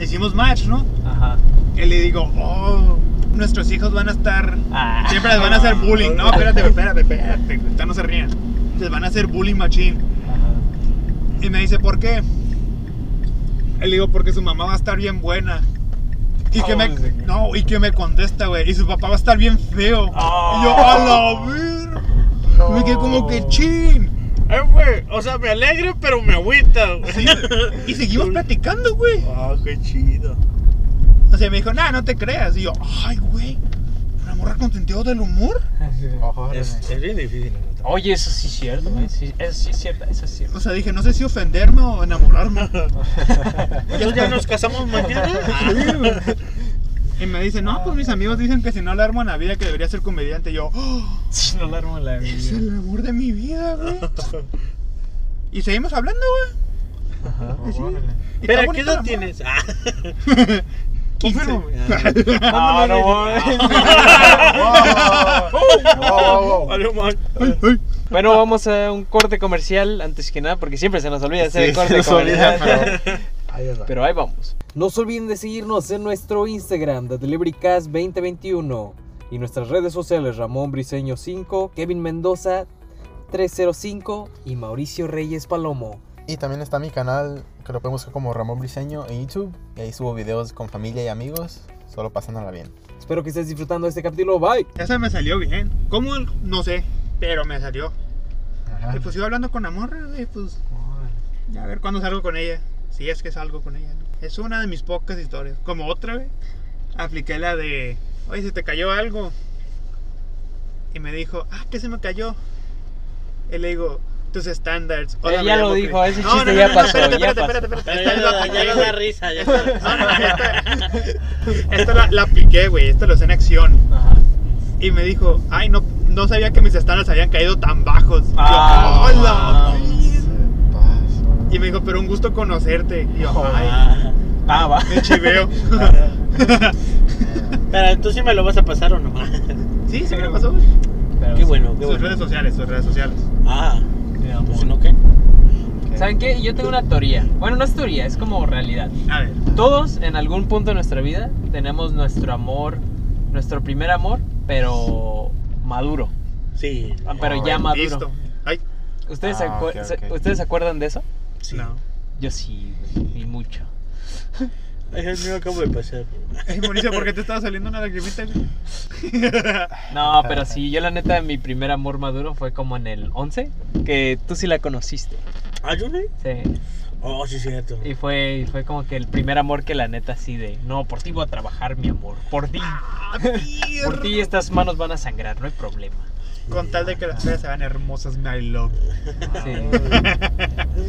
Speaker 1: hicimos match, ¿no?
Speaker 5: Ajá.
Speaker 1: Y le digo, oh, nuestros hijos van a estar.
Speaker 5: Ah.
Speaker 1: Siempre les van a hacer bullying. No, espérate, güey, espérate, espérate. güey, Ya no se rían. Les van a hacer bullying machín.
Speaker 5: Ajá.
Speaker 1: Y me dice, ¿por qué? Y le digo, porque su mamá va a estar bien buena. Y que me,
Speaker 5: Vamos, señor.
Speaker 1: no, y que me contesta, güey. Y su papá va a estar bien feo. Y yo, a la ver. Me quedé como que chin.
Speaker 4: Eh, güey, o sea, me alegro, pero me agüita, güey.
Speaker 1: Sí, y seguimos platicando, güey.
Speaker 4: Ah, qué chido.
Speaker 1: O sea, me dijo, nah, no te creas. Y yo, ay, güey. Una morra con sentido del humor.
Speaker 2: Órale.
Speaker 4: Es, es bien difícil. neta.
Speaker 5: Oh. Oye, eso sí es cierto, ¿eh? Sí, eso sí es cierto, eso es cierto. (laughs)
Speaker 1: O sea, dije, no sé si ofenderme o enamorarme.
Speaker 4: ¿Entonces ya
Speaker 1: (laughs)
Speaker 4: nos casamos mañana?
Speaker 1: Y me dice, no, pues mis amigos dicen que si no la armo en la vida que debería ser comediante. Y yo, "Oh,
Speaker 5: Si no la armo en la
Speaker 1: es
Speaker 5: vida.
Speaker 1: el amor de mi vida, güey. Y seguimos hablando, güey.
Speaker 5: Ajá.
Speaker 2: Ah, Órale.
Speaker 1: Y está
Speaker 4: Pero, ¿qué
Speaker 1: bonito el
Speaker 4: edad
Speaker 1: amor.
Speaker 4: tienes? Ah,
Speaker 1: 15. (laughs)
Speaker 3: Ah,
Speaker 5: No, no, mames.
Speaker 2: (laughs) Wow, wow,
Speaker 1: (laughs)
Speaker 2: wow.
Speaker 4: valió mal.
Speaker 3: Bueno, vamos a un corte comercial antes que nada, porque siempre se nos olvida hacer el
Speaker 1: (laughs)
Speaker 2: Sí,
Speaker 3: corte
Speaker 2: se nos olvida,
Speaker 3: comercial.
Speaker 2: pero. Ahí está.
Speaker 3: Pero ahí vamos. No se olviden de seguirnos en nuestro Instagram de Deliverycast 2021 y nuestras redes sociales Ramón Briseño 5, Kevin Mendoza 305 y Mauricio Reyes Palomo.
Speaker 2: Y también está mi canal, que lo pueden buscar como Ramón Briseño en YouTube. Y ahí subo videos con familia y amigos, solo pasándola bien.
Speaker 3: Espero que estés disfrutando de este capítulo. Bye.
Speaker 1: Esa me salió bien. ¿Cómo? No sé, pero me salió.
Speaker 2: Ajá.
Speaker 4: Ah.
Speaker 1: Y pues iba hablando con la morra, güey, pues. A ver cuándo salgo con ella. Si es que salgo con ella. ¿no? Es una de mis pocas historias. Como otra vez, apliqué la de, oye, se te cayó algo. Y me dijo, ah, ¿qué se me cayó? Y le digo, tus estándares.
Speaker 3: Eh, ya lo dijo, ese
Speaker 1: No,
Speaker 3: chiste
Speaker 1: no, no,
Speaker 3: ya
Speaker 1: no,
Speaker 3: pasó,
Speaker 1: Espérate,
Speaker 3: ya
Speaker 1: espérate,
Speaker 3: pasó.
Speaker 1: espérate, espérate.
Speaker 4: Pero
Speaker 1: Esta
Speaker 4: ya
Speaker 1: es
Speaker 4: no
Speaker 1: la
Speaker 4: da- ya
Speaker 1: apliqué,
Speaker 4: no da
Speaker 1: güey.
Speaker 4: risa. Ya
Speaker 1: (laughs)
Speaker 4: no da
Speaker 1: No, no,
Speaker 4: risa.
Speaker 1: esta, esta la, la apliqué, güey. Esta lo hice en acción. Y me dijo, ay, no, no sabía que mis estándares habían caído tan bajos. Y yo,
Speaker 3: Ah,
Speaker 1: "Hola,
Speaker 3: no.
Speaker 1: güey".
Speaker 2: Paso.
Speaker 1: Y me dijo, pero un gusto conocerte. Y yo, ay,
Speaker 4: Ah,
Speaker 3: Ah, va.
Speaker 1: me
Speaker 4: (laughs)
Speaker 1: chiveo. (laughs)
Speaker 4: Pero tú sí me lo vas a pasar o
Speaker 1: (laughs)
Speaker 4: no.
Speaker 1: sí, sí me lo pasó, güey.
Speaker 4: Qué bueno, qué
Speaker 1: Sus
Speaker 4: bueno.
Speaker 1: redes sociales, sus redes sociales.
Speaker 4: Ah, pues si no, ¿qué?
Speaker 3: ¿Saben qué? Yo tengo una teoría. Bueno, no es teoría, es como realidad.
Speaker 1: A ver.
Speaker 3: Todos en algún punto de nuestra vida tenemos nuestro amor, nuestro primer amor, pero maduro.
Speaker 4: Sí.
Speaker 3: Ah, Pero
Speaker 1: Oh,
Speaker 3: ya maduro.
Speaker 1: Listo. Ay,
Speaker 3: ¿Ustedes,
Speaker 2: Ah,
Speaker 3: se acue-
Speaker 2: ok,
Speaker 3: se-
Speaker 2: ok.
Speaker 3: ¿Ustedes se acuerdan de eso?
Speaker 4: Sí.
Speaker 1: no.
Speaker 3: Yo sí, güey, y mucho.
Speaker 4: Ay, Dios mío, acabo de pasar.
Speaker 1: Ay, Mauricio, ¿por qué te estaba saliendo una lagrimita? güey?
Speaker 3: No, pero sí, yo la neta, mi primer amor maduro fue como en el 11, que tú sí la conociste.
Speaker 4: ¿Ah, yo sí?
Speaker 3: Sí.
Speaker 4: Oh, sí, cierto. (laughs)
Speaker 3: Y fue, y fue como que el primer amor que la neta sí de, no, por ti voy a trabajar, mi amor, por ti.
Speaker 1: Ah,
Speaker 3: Por ti estas manos van a sangrar, no hay problema.
Speaker 1: Con tal de que las playas se vean hermosas, me I love.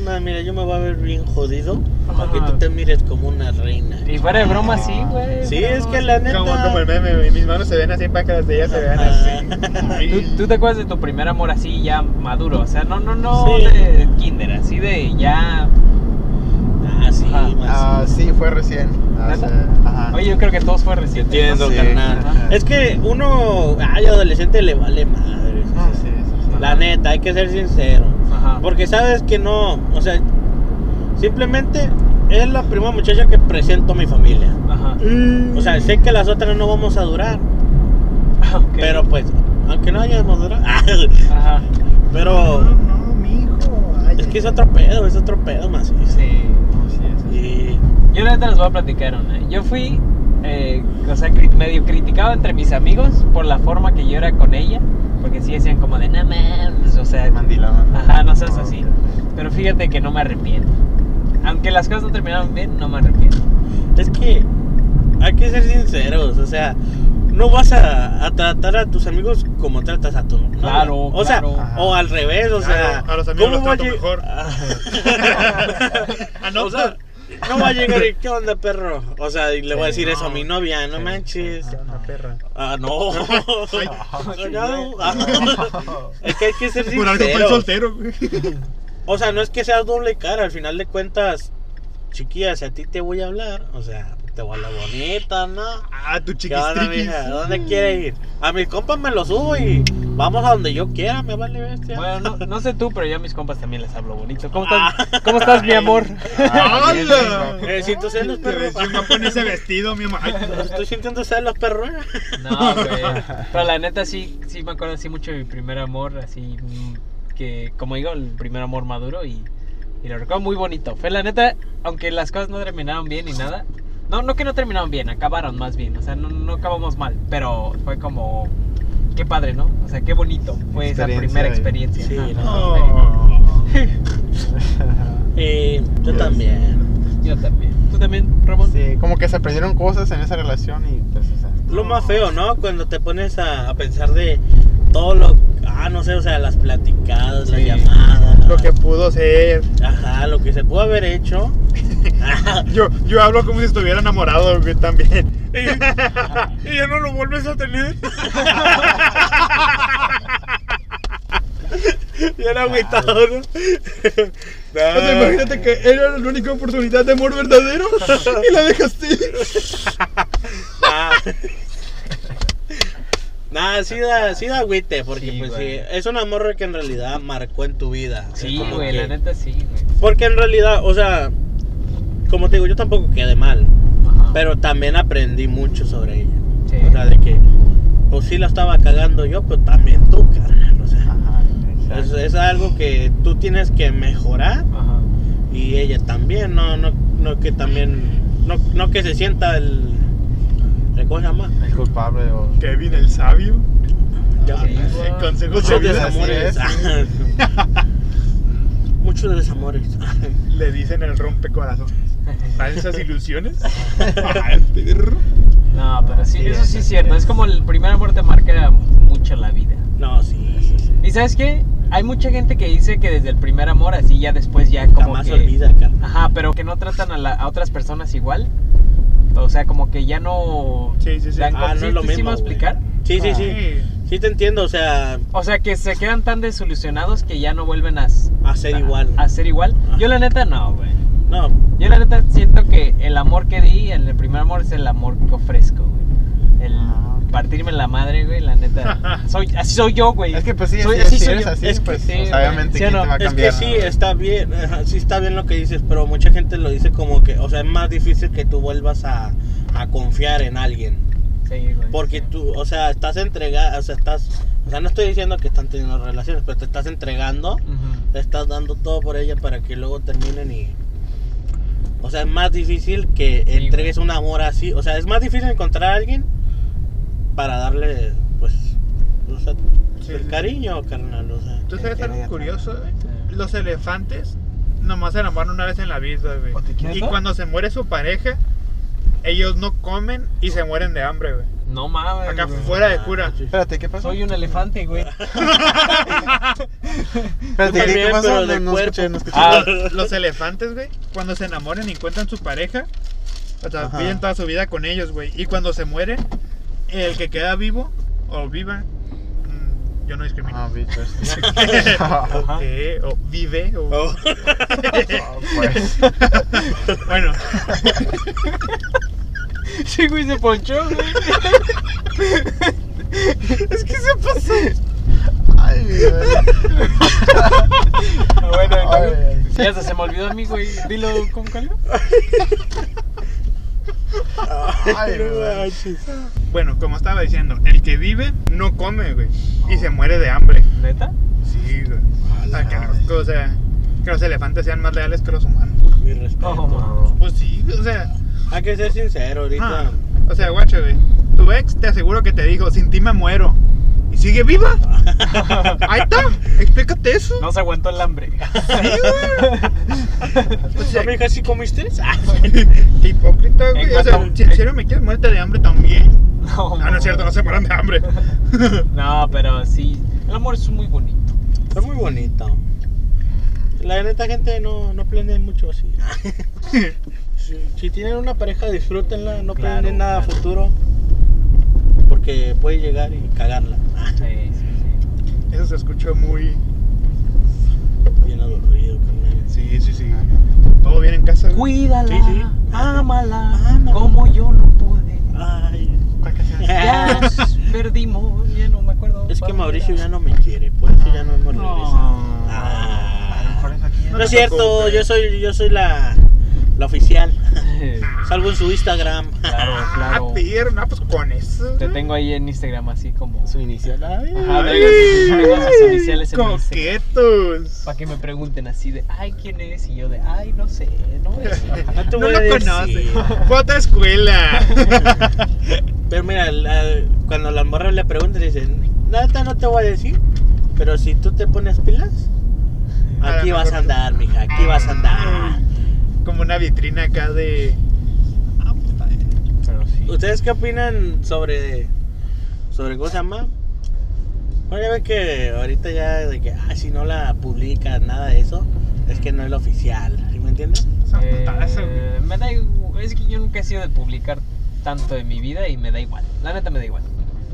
Speaker 4: No, mira, yo me voy a ver bien jodido. Para que
Speaker 3: Ah.
Speaker 4: tú te mires como una reina.
Speaker 3: Y fuera de broma, sí, güey.
Speaker 4: Sí,
Speaker 3: fuera de
Speaker 4: es
Speaker 3: broma,
Speaker 4: que
Speaker 3: sí.
Speaker 4: la neta.
Speaker 1: Como, como el meme, güey, mis manos se ven así para que las de ella se vean así.
Speaker 3: ¿Tú, tú te acuerdas de tu primer amor así ya maduro? O sea, no, no, no
Speaker 4: Sí.
Speaker 3: de kinder, así de ya...
Speaker 4: Ah, sí,
Speaker 3: Ajá.
Speaker 4: más.
Speaker 2: Ah, sí, fue recién. hace-
Speaker 3: ¿Neta?
Speaker 2: ajá.
Speaker 3: Oye, yo creo que todos fue recién.
Speaker 4: Entiendo,
Speaker 2: Sí.
Speaker 4: carnal.
Speaker 2: Ajá.
Speaker 4: Es que uno, ay, adolescente le vale madre.
Speaker 2: No, sí, sí, sí.
Speaker 4: La neta, hay que ser sincero.
Speaker 3: Ajá.
Speaker 4: Porque sabes que no, o sea, simplemente es la primera muchacha que presento a mi familia.
Speaker 3: Ajá. (coughs)
Speaker 4: O sea, sé que las otras no vamos a durar,
Speaker 3: Ok.
Speaker 4: pero pues, aunque no hayamos durado, (laughs)
Speaker 3: Ajá.
Speaker 1: No,
Speaker 4: pero
Speaker 1: no, mijo. ay,
Speaker 4: es que es otro pedo, es otro pedo más.
Speaker 3: Sí.
Speaker 2: No, sí, sí.
Speaker 4: Y
Speaker 3: Yo la neta les voy a platicar una. Yo fui, eh, o sea, cri- medio criticado entre mis amigos por la forma que yo era con ella. Porque sí decían como de, no mames", o sea,
Speaker 2: Mandilón.
Speaker 3: ajá, no seas
Speaker 2: Ah,
Speaker 3: así. Pero fíjate que no me arrepiento. Aunque las cosas no terminaron bien, no me arrepiento.
Speaker 4: es que hay que ser sinceros, o sea, no vas a, a tratar a tus amigos como tratas a tu novia.
Speaker 3: Claro,
Speaker 4: o sea,
Speaker 3: claro.
Speaker 2: Ajá.
Speaker 4: o al revés, o sea,
Speaker 1: Claro, a los amigos
Speaker 4: ¿cómo
Speaker 1: los
Speaker 4: va a
Speaker 1: trato
Speaker 4: lleg-
Speaker 1: mejor. (laughs) Ah, no,
Speaker 4: o sea, no va a llegar y, ¿qué onda, perro? O sea, y le voy a decir eso a mi novia, no
Speaker 2: Sí.
Speaker 4: manches.
Speaker 2: Ajá.
Speaker 1: Una perra.
Speaker 4: Ah, no. Soy- soy- no. Ah, Es que hay
Speaker 1: (laughs)
Speaker 4: que ser
Speaker 1: Por algo fue
Speaker 4: sinceros.
Speaker 1: soltero, güey.
Speaker 4: O sea, no es que seas doble cara, al final de cuentas, chiquilla, si a ti te voy a hablar, o sea, te voy a hablar bonita, ¿no?
Speaker 1: Ah, tu
Speaker 4: ¿Qué onda,
Speaker 1: chiquistriquis.
Speaker 4: mija? ¿A ¿Dónde quiere ir? A mis compas me lo subo y vamos a donde yo quiera, me vale
Speaker 3: (laughs)
Speaker 4: bestia.
Speaker 3: Bueno, no, no sé tú, pero yo a mis compas también les hablo bonito. ¿Cómo
Speaker 4: Ah.
Speaker 3: estás, ¿cómo estás mi
Speaker 4: (laughs)
Speaker 3: amor?
Speaker 1: ¡Hala!
Speaker 4: Eh, siento celos,
Speaker 1: Te
Speaker 4: perro.
Speaker 1: ves bien guapo en ese vestido, mi mamá.
Speaker 4: Estoy sintiendo celos, perro.
Speaker 3: No, güey. Pero la neta sí, sí me acuerdo así mucho de mi primer amor, así mm, que, como digo, el primer amor maduro y, y lo recuerdo muy bonito. Fue la neta, aunque las cosas no terminaron bien ni nada. No, no que no terminaron bien, acabaron más bien. O sea, no, no acabamos mal, pero fue como, qué padre, ¿no? O sea, qué bonito fue esa
Speaker 2: Experiencia,
Speaker 3: primera
Speaker 2: eh.
Speaker 3: experiencia.
Speaker 4: Sí,
Speaker 3: Ajá.
Speaker 1: No.
Speaker 4: Eh, yo también.
Speaker 3: Yo también. ¿Tú también, Ramón?
Speaker 2: (laughs) Sí, como que se perdieron cosas en esa relación y pues, o sea.
Speaker 4: Lo más feo, ¿no? Cuando te pones a, a pensar de todo lo. Ah, no sé, o sea, las platicadas, las
Speaker 3: Sí.
Speaker 4: llamadas.
Speaker 1: Lo que pudo ser.
Speaker 4: Ajá, lo que se pudo haber hecho.
Speaker 1: Yo, yo hablo como si estuviera enamorado, güey, también. Y, y ya no lo vuelves a tener.
Speaker 4: Yo era agüitado, ¿no?
Speaker 1: O sea, imagínate que era la única oportunidad de amor
Speaker 2: (laughs)
Speaker 1: verdadero y la dejaste ir.
Speaker 4: Nah. Ah. (laughs) Nah, sí da, sí da agüite, porque
Speaker 3: Sí,
Speaker 4: pues
Speaker 3: güey.
Speaker 4: sí, es una morra que en realidad marcó en tu vida. Es
Speaker 3: Sí,
Speaker 4: como
Speaker 3: güey,
Speaker 4: que-
Speaker 3: la neta sí, güey.
Speaker 4: Porque en realidad, o sea, como te digo, yo tampoco quedé mal,
Speaker 3: Ajá.
Speaker 4: pero también aprendí mucho sobre ella.
Speaker 3: Sí.
Speaker 4: O sea, de que, pues sí la estaba cagando yo, pero también tú, carnal. O sea,
Speaker 2: Ajá,
Speaker 4: es,
Speaker 2: exacto.
Speaker 4: es algo que tú tienes que mejorar
Speaker 3: Ajá.
Speaker 4: y ella también, no, no, no que también, no, no que se sienta el, el ¿cómo se llama?
Speaker 2: El culpable o.
Speaker 1: Kevin el sabio.
Speaker 4: Ya,
Speaker 3: Sí,
Speaker 4: pues,
Speaker 3: güey.
Speaker 1: Consejos de
Speaker 4: Muchos
Speaker 1: vida.
Speaker 2: así
Speaker 4: desamores. Muchos desamores. (laughs)
Speaker 1: Le dicen el rompecorazones. Falsas ilusiones. (laughs) Ah, el perro.
Speaker 3: No, pero sí,
Speaker 2: Así
Speaker 3: eso
Speaker 2: es,
Speaker 3: sí es
Speaker 2: así
Speaker 3: cierto. Es
Speaker 2: es.
Speaker 3: como el primer amor te marca mucho la vida.
Speaker 4: No, sí.
Speaker 3: ¿Y sabes qué? Hay mucha gente que dice que desde el primer amor, así ya después ya como
Speaker 4: Jamás
Speaker 3: que...
Speaker 4: olvida, carnal.
Speaker 3: Ajá, pero que no tratan a, la- a otras personas igual. O sea, como que ya no...
Speaker 1: Sí, sí, sí.
Speaker 3: dan
Speaker 4: Ah,
Speaker 3: con-
Speaker 4: no
Speaker 3: ¿sí-
Speaker 4: es lo
Speaker 3: sí,
Speaker 4: mismo.
Speaker 3: sí me voy a
Speaker 4: güey.
Speaker 3: explicar?
Speaker 4: Sí, sí,
Speaker 2: Ah.
Speaker 4: sí.
Speaker 1: Sí.
Speaker 4: Sí te entiendo, o sea,
Speaker 3: O sea, que se quedan tan desilusionados que ya no vuelven a... s-
Speaker 4: hacer
Speaker 3: a-
Speaker 4: igual.
Speaker 3: A ser igual.
Speaker 4: Ajá.
Speaker 3: Yo la neta no, güey.
Speaker 4: No,
Speaker 3: Yo la neta siento que el amor que di, el el primer amor es el amor que ofrezco, güey. El
Speaker 2: Ah, ok.
Speaker 3: partirme la madre, güey, la neta. Soy, así soy yo, güey.
Speaker 2: Es que pues sí,
Speaker 3: Soy-
Speaker 2: sí,
Speaker 3: así
Speaker 2: si
Speaker 3: soy
Speaker 2: eres
Speaker 3: yo.
Speaker 2: así,
Speaker 4: Es que
Speaker 2: pues
Speaker 3: sí,
Speaker 2: o sea,
Speaker 3: güey.
Speaker 2: obviamente
Speaker 3: ¿Sí o
Speaker 2: quién
Speaker 3: no?
Speaker 2: te va a
Speaker 4: es que
Speaker 2: cambiar.
Speaker 4: sí,
Speaker 2: ¿no?
Speaker 4: está bien, ajá, sí está bien lo que dices, pero mucha gente lo dice como que, o sea, es más difícil que tú vuelvas a, a confiar en alguien.
Speaker 3: Sí, güey,
Speaker 4: Porque
Speaker 3: sí.
Speaker 4: tú, o sea, estás entregada, o sea, estás, o sea, no estoy diciendo que están teniendo relaciones, pero te estás entregando
Speaker 3: Ujú.
Speaker 4: Le estás dando todo por ella para que luego terminen y. O sea, es más difícil que
Speaker 3: Sí,
Speaker 4: entregues un amor así. O sea, es más difícil encontrar a alguien para darle, pues, o sea,
Speaker 1: Sí,
Speaker 4: el
Speaker 1: sí, sí.
Speaker 4: cariño, carnal. O sea,
Speaker 1: ¿Tú sabes algo curioso? güey? Los elefantes nomás se enamoran una vez en la vida, güey. Y cuando se muere su pareja, ellos no comen y se mueren de hambre, güey.
Speaker 3: Mm. No mames.
Speaker 1: Acá
Speaker 3: güey.
Speaker 1: fuera
Speaker 4: Ah,
Speaker 1: de cura.
Speaker 2: Espérate, ¿qué pasó?
Speaker 3: Soy un elefante, güey.
Speaker 2: Espérate,
Speaker 4: Yo
Speaker 2: ¿qué-
Speaker 4: también,
Speaker 2: ¿qué pasó?
Speaker 4: pero
Speaker 2: No,
Speaker 4: de
Speaker 2: no
Speaker 4: cuerpo.
Speaker 2: escuché, no escuché.
Speaker 3: Ah.
Speaker 1: Los elefantes, güey, cuando se enamoran y encuentran su pareja, o sea,
Speaker 2: Ajá.
Speaker 1: viven toda su vida con ellos, güey. Y cuando se mueren, el que queda vivo o viva, mm, yo no discrimino.
Speaker 2: Ah, (laughs) bitch, pues.
Speaker 1: (laughs) Ok, o vive, o...
Speaker 4: Oh. (laughs)
Speaker 2: Ah, (laughs) pues.
Speaker 1: (laughs) bueno,
Speaker 3: (laughs) Sí, güey, se ponchó, güey.
Speaker 2: Ay, mi Dios.
Speaker 3: Ah, Bueno,
Speaker 2: Ay,
Speaker 3: no,
Speaker 2: ay,
Speaker 3: ya hasta se me olvidó a mí, güey. Dilo, ¿cómo calió?
Speaker 2: ay, mi
Speaker 4: No
Speaker 2: Dios.
Speaker 4: manches.
Speaker 1: bueno, como estaba diciendo, el que vive no come, güey, y se muere de hambre.
Speaker 3: ¿Neta?
Speaker 1: Sí, güey. O sea, que los, o sea, que los elefantes sean más leales que los humanos.
Speaker 4: Mi respeto.
Speaker 3: No.
Speaker 1: Pues sí, güey, o sea...
Speaker 4: Hay que ser sincero ahorita.
Speaker 1: Ah, o sea, guacho, güey. Tu ex te aseguro que te dijo, sin ti me muero. ¿Y sigue (laughs) viva? Ahí está. Explícate eso.
Speaker 3: No se aguantó el hambre. (laughs)
Speaker 1: Sí, güey. O sea,
Speaker 4: ¿No me casi Pues, comiste? Ah,
Speaker 1: qué hipócrita,
Speaker 3: En
Speaker 1: güey. O sea,
Speaker 3: cuanto-
Speaker 1: si en serio me quieres muerte de hambre también. Ah,
Speaker 3: No,
Speaker 1: No, no es cierto, no se paran de hambre.
Speaker 3: No, pero sí. El amor es muy bonito.
Speaker 4: Está muy bonito. La neta, gente, no, no planeen mucho (laughs) así. si, si tienen una pareja, disfrútenla. No
Speaker 3: Claro,
Speaker 4: planeen nada a
Speaker 3: claro.
Speaker 4: futuro. Porque puede llegar y cagarla.
Speaker 3: Sí, sí, sí.
Speaker 1: Eso se escuchó muy.
Speaker 4: Bien adolorido, carnal.
Speaker 1: Sí, sí, sí. Todo bien en casa. güey?
Speaker 3: Cuídala,
Speaker 1: Sí, sí.
Speaker 3: ámala,
Speaker 4: Ámala.
Speaker 3: como yo no pude.
Speaker 1: Ah.
Speaker 4: Ay.
Speaker 1: ¿Cuál canción es?
Speaker 3: Ya perdimos, ya no me acuerdo.
Speaker 4: Es que
Speaker 3: cuál
Speaker 4: Mauricio
Speaker 3: era.
Speaker 4: ya no me quiere, por eso ya no hemos regresado.
Speaker 2: A lo
Speaker 4: Ah.
Speaker 2: mejor es aquí.
Speaker 4: No,
Speaker 1: No
Speaker 4: es
Speaker 1: te
Speaker 4: cierto,
Speaker 1: preocupes.
Speaker 4: yo soy, yo soy la, la oficial. Salgo en su Instagram.
Speaker 3: (laughs) Claro,
Speaker 1: Ah,
Speaker 3: claro.
Speaker 1: pierna, pues con eso.
Speaker 3: Te tengo ahí en Instagram así como.
Speaker 4: Su inicial. ay.
Speaker 3: Ajá, tengo sus- tengo
Speaker 1: (laughs)
Speaker 3: sus iniciales en mi Instagram.
Speaker 1: Coquetos.
Speaker 3: Para que me pregunten así de, ay, ¿quién es? Y yo de, ay, no sé, no
Speaker 1: (laughs)
Speaker 3: es.
Speaker 4: No te
Speaker 1: No
Speaker 4: voy
Speaker 1: lo
Speaker 4: a decir.
Speaker 1: conoces. (laughs) Fue a otra escuela.
Speaker 4: Pero mira, la- cuando las morras le preguntan, le dicen, nada, no te voy a decir, pero si tú te pones pilas,
Speaker 1: A lo
Speaker 4: aquí vas
Speaker 1: mejor- Ah,
Speaker 4: a andar, mija, aquí vas a andar.
Speaker 1: Como una vitrina acá de. pues
Speaker 3: Pero sí.
Speaker 4: ¿Ustedes qué opinan sobre, sobre cómo se llama? Bueno, ya ven que ahorita ya de que, ah, si no la publica, nada de eso, es que no es la oficial, ¿sí me entiendes?
Speaker 1: Esa putazo, güey.
Speaker 3: Eh, me da igu- es que yo nunca he sido de publicar tanto de mi vida y me da igual. La neta me da igual.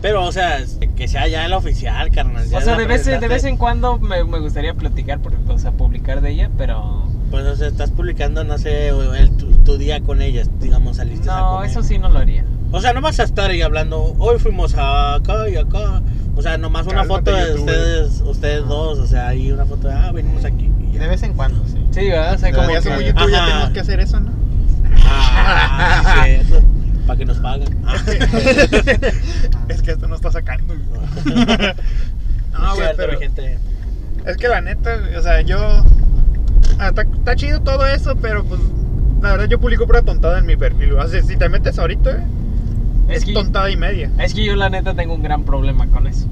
Speaker 4: Pero, o sea, que sea ya la oficial, carnal. Pues ya
Speaker 3: O sea,
Speaker 4: la
Speaker 3: de vez, de
Speaker 4: presentaste.
Speaker 3: vez en cuando me, me gustaría platicar, por, o sea, publicar de ella, pero...
Speaker 4: Pues, o sea, estás publicando, no sé, o el- tu, tu día con ellas, digamos, saliste a
Speaker 3: No,
Speaker 4: comer.
Speaker 3: eso sí no lo haría.
Speaker 4: O sea, no vas a estar ahí hablando, hoy fuimos acá y acá. O sea, nomás una
Speaker 1: Cálmate, Ah.
Speaker 4: foto de
Speaker 1: youtuber.
Speaker 4: ustedes, ustedes dos, o sea, ahí una foto de, ah,
Speaker 3: Eh,
Speaker 4: venimos aquí. y
Speaker 2: De
Speaker 4: ya.
Speaker 2: vez en cuando, sí.
Speaker 3: Sí, ¿verdad? O sea,
Speaker 2: No,
Speaker 3: como
Speaker 1: Como ya
Speaker 3: que-
Speaker 1: somos YouTube, ya
Speaker 4: Ajá.
Speaker 1: tenemos que hacer eso, ¿no?
Speaker 4: Ah, sí, eso, para que nos
Speaker 1: (laughs)
Speaker 4: paguen. Ah.
Speaker 1: es que esto no está sacando. güey. No,
Speaker 4: Es
Speaker 1: güey,
Speaker 4: cierto,
Speaker 1: pero
Speaker 4: gente.
Speaker 1: (laughs) es que la neta, güey, o sea, yo. ah, Está, está chido todo eso, pero pues. La verdad, yo publico pura tontada en mi perfil. güey. O sea, si te metes ahorita, güey,
Speaker 3: es,
Speaker 1: es
Speaker 3: que,
Speaker 1: tontada y media.
Speaker 3: es que yo la neta tengo un gran problema con eso.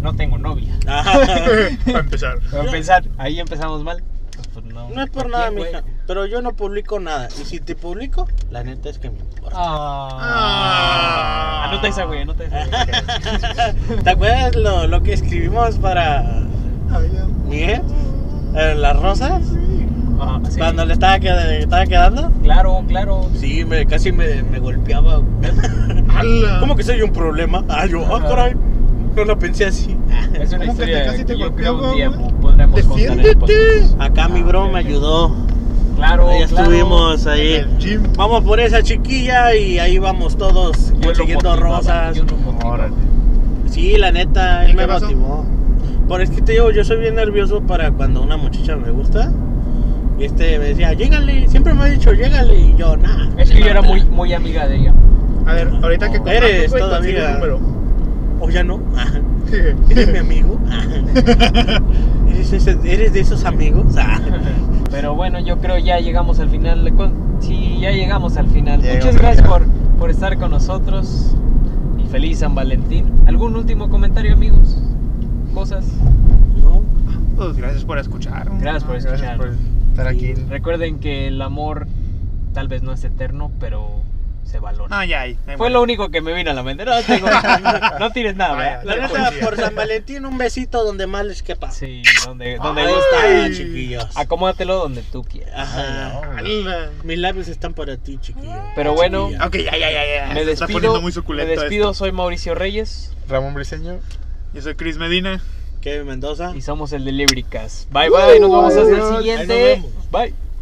Speaker 3: No tengo novia.
Speaker 4: Ah,
Speaker 1: (laughs) Para empezar.
Speaker 3: Para empezar, ahí empezamos mal. Pues, pues, no,
Speaker 4: no es por
Speaker 3: ¿Para
Speaker 4: nada,
Speaker 3: qué, güey?
Speaker 4: mija, pero yo no publico nada. Y si te publico, la neta es que me importa.
Speaker 3: Ah.
Speaker 1: Ah.
Speaker 3: Anota esa, güey, anota esa. güey.
Speaker 4: ¿Te acuerdas lo, lo que escribimos para Miguel? Eh, Las rosas,
Speaker 3: Ah, sí.
Speaker 4: (laughs) cuando le estaba, qued- estaba quedando.
Speaker 3: Claro, claro.
Speaker 4: Sí, me, casi me, me golpeaba.
Speaker 1: ¡Hala!
Speaker 4: ¿Cómo que soy un problema? Ah, yo, ah, caray. No lo pensé así.
Speaker 3: Es una
Speaker 1: ¿Cómo que
Speaker 3: historia
Speaker 1: te
Speaker 3: que,
Speaker 1: casi te
Speaker 3: yo creo un
Speaker 1: golpeaba,
Speaker 3: día
Speaker 1: güey?
Speaker 3: podremos contar en el
Speaker 1: ¡Defiéndete!
Speaker 3: podcast.
Speaker 4: Acá mi bro me ayudó.
Speaker 3: Claro,
Speaker 4: Ya
Speaker 3: claro.
Speaker 4: estuvimos ahí.
Speaker 1: El gym.
Speaker 4: Vamos por esa chiquilla y ahí vamos todos
Speaker 3: Yo lo
Speaker 4: consiguiendo
Speaker 3: motivaba,
Speaker 4: rosas.
Speaker 3: yo lo motivaba.
Speaker 4: Sí, la neta,
Speaker 1: ¿Y
Speaker 4: él
Speaker 1: qué
Speaker 4: me
Speaker 1: pasó?
Speaker 4: motivó. Por es que te digo, yo soy bien nervioso para cuando una muchacha me gusta. Y este me decía, llégale, siempre me ha dicho, llégale. Y yo, nada.
Speaker 3: Es que yo era muy, muy amiga de ella.
Speaker 1: A ver, ahorita que compramos,
Speaker 4: Eres
Speaker 1: güey, consigue
Speaker 4: todavía.
Speaker 1: el número.
Speaker 4: O ya no. Ah, Eres mi amigo. Ah.
Speaker 3: (laughs)
Speaker 4: ¿Eres, ese- eres de esos amigos. Ah,
Speaker 3: Pero bueno, yo creo ya llegamos al final. de con- Sí, ya llegamos al final.
Speaker 2: Llegamos
Speaker 3: Muchas
Speaker 2: al
Speaker 3: gracias por,
Speaker 2: final.
Speaker 3: por estar con nosotros. Y feliz San Valentín. ¿Algún último comentario, amigos? Cosas.
Speaker 4: ¿No?
Speaker 1: (laughs) Pues gracias por escuchar.
Speaker 3: Gracias por
Speaker 2: Gracias
Speaker 3: escuchar.
Speaker 2: por estar aquí.
Speaker 3: Recuerden que el amor tal vez no es eterno, pero se valora.
Speaker 1: No, ya ahí. ahí
Speaker 3: Fue
Speaker 1: muere.
Speaker 3: lo único que me vino a la mente. No,
Speaker 1: (laughs)
Speaker 3: tengo- no tires nada,
Speaker 1: Vaya,
Speaker 3: ¿verdad?
Speaker 4: La
Speaker 1: La
Speaker 4: neta,
Speaker 1: policía.
Speaker 4: por San Valentín, un besito donde más les quepa.
Speaker 3: Sí, donde, donde
Speaker 4: Ahí
Speaker 3: gusta.
Speaker 4: está, chiquillos.
Speaker 3: Acomódatelo donde tú quieras.
Speaker 4: Ajá.
Speaker 1: Ala.
Speaker 4: Mis labios están para ti, chiquillo.
Speaker 3: Pero bueno,
Speaker 4: Chiquilla.
Speaker 1: Ok, ya, ya, ya, ya.
Speaker 3: Me
Speaker 1: se Está poniendo
Speaker 3: despido.
Speaker 1: muy
Speaker 3: Me
Speaker 1: suculento
Speaker 3: despido,
Speaker 1: esto.
Speaker 3: soy Mauricio Reyes
Speaker 2: Ramón Briseño.
Speaker 1: Yo soy Chris Medina.
Speaker 4: Kevin Mendoza.
Speaker 1: Uh,
Speaker 3: y somos el Delivery Cast. Bye bye, nos vemos hasta el
Speaker 2: adiós.
Speaker 3: siguiente.
Speaker 4: Ahí nos
Speaker 3: Bye.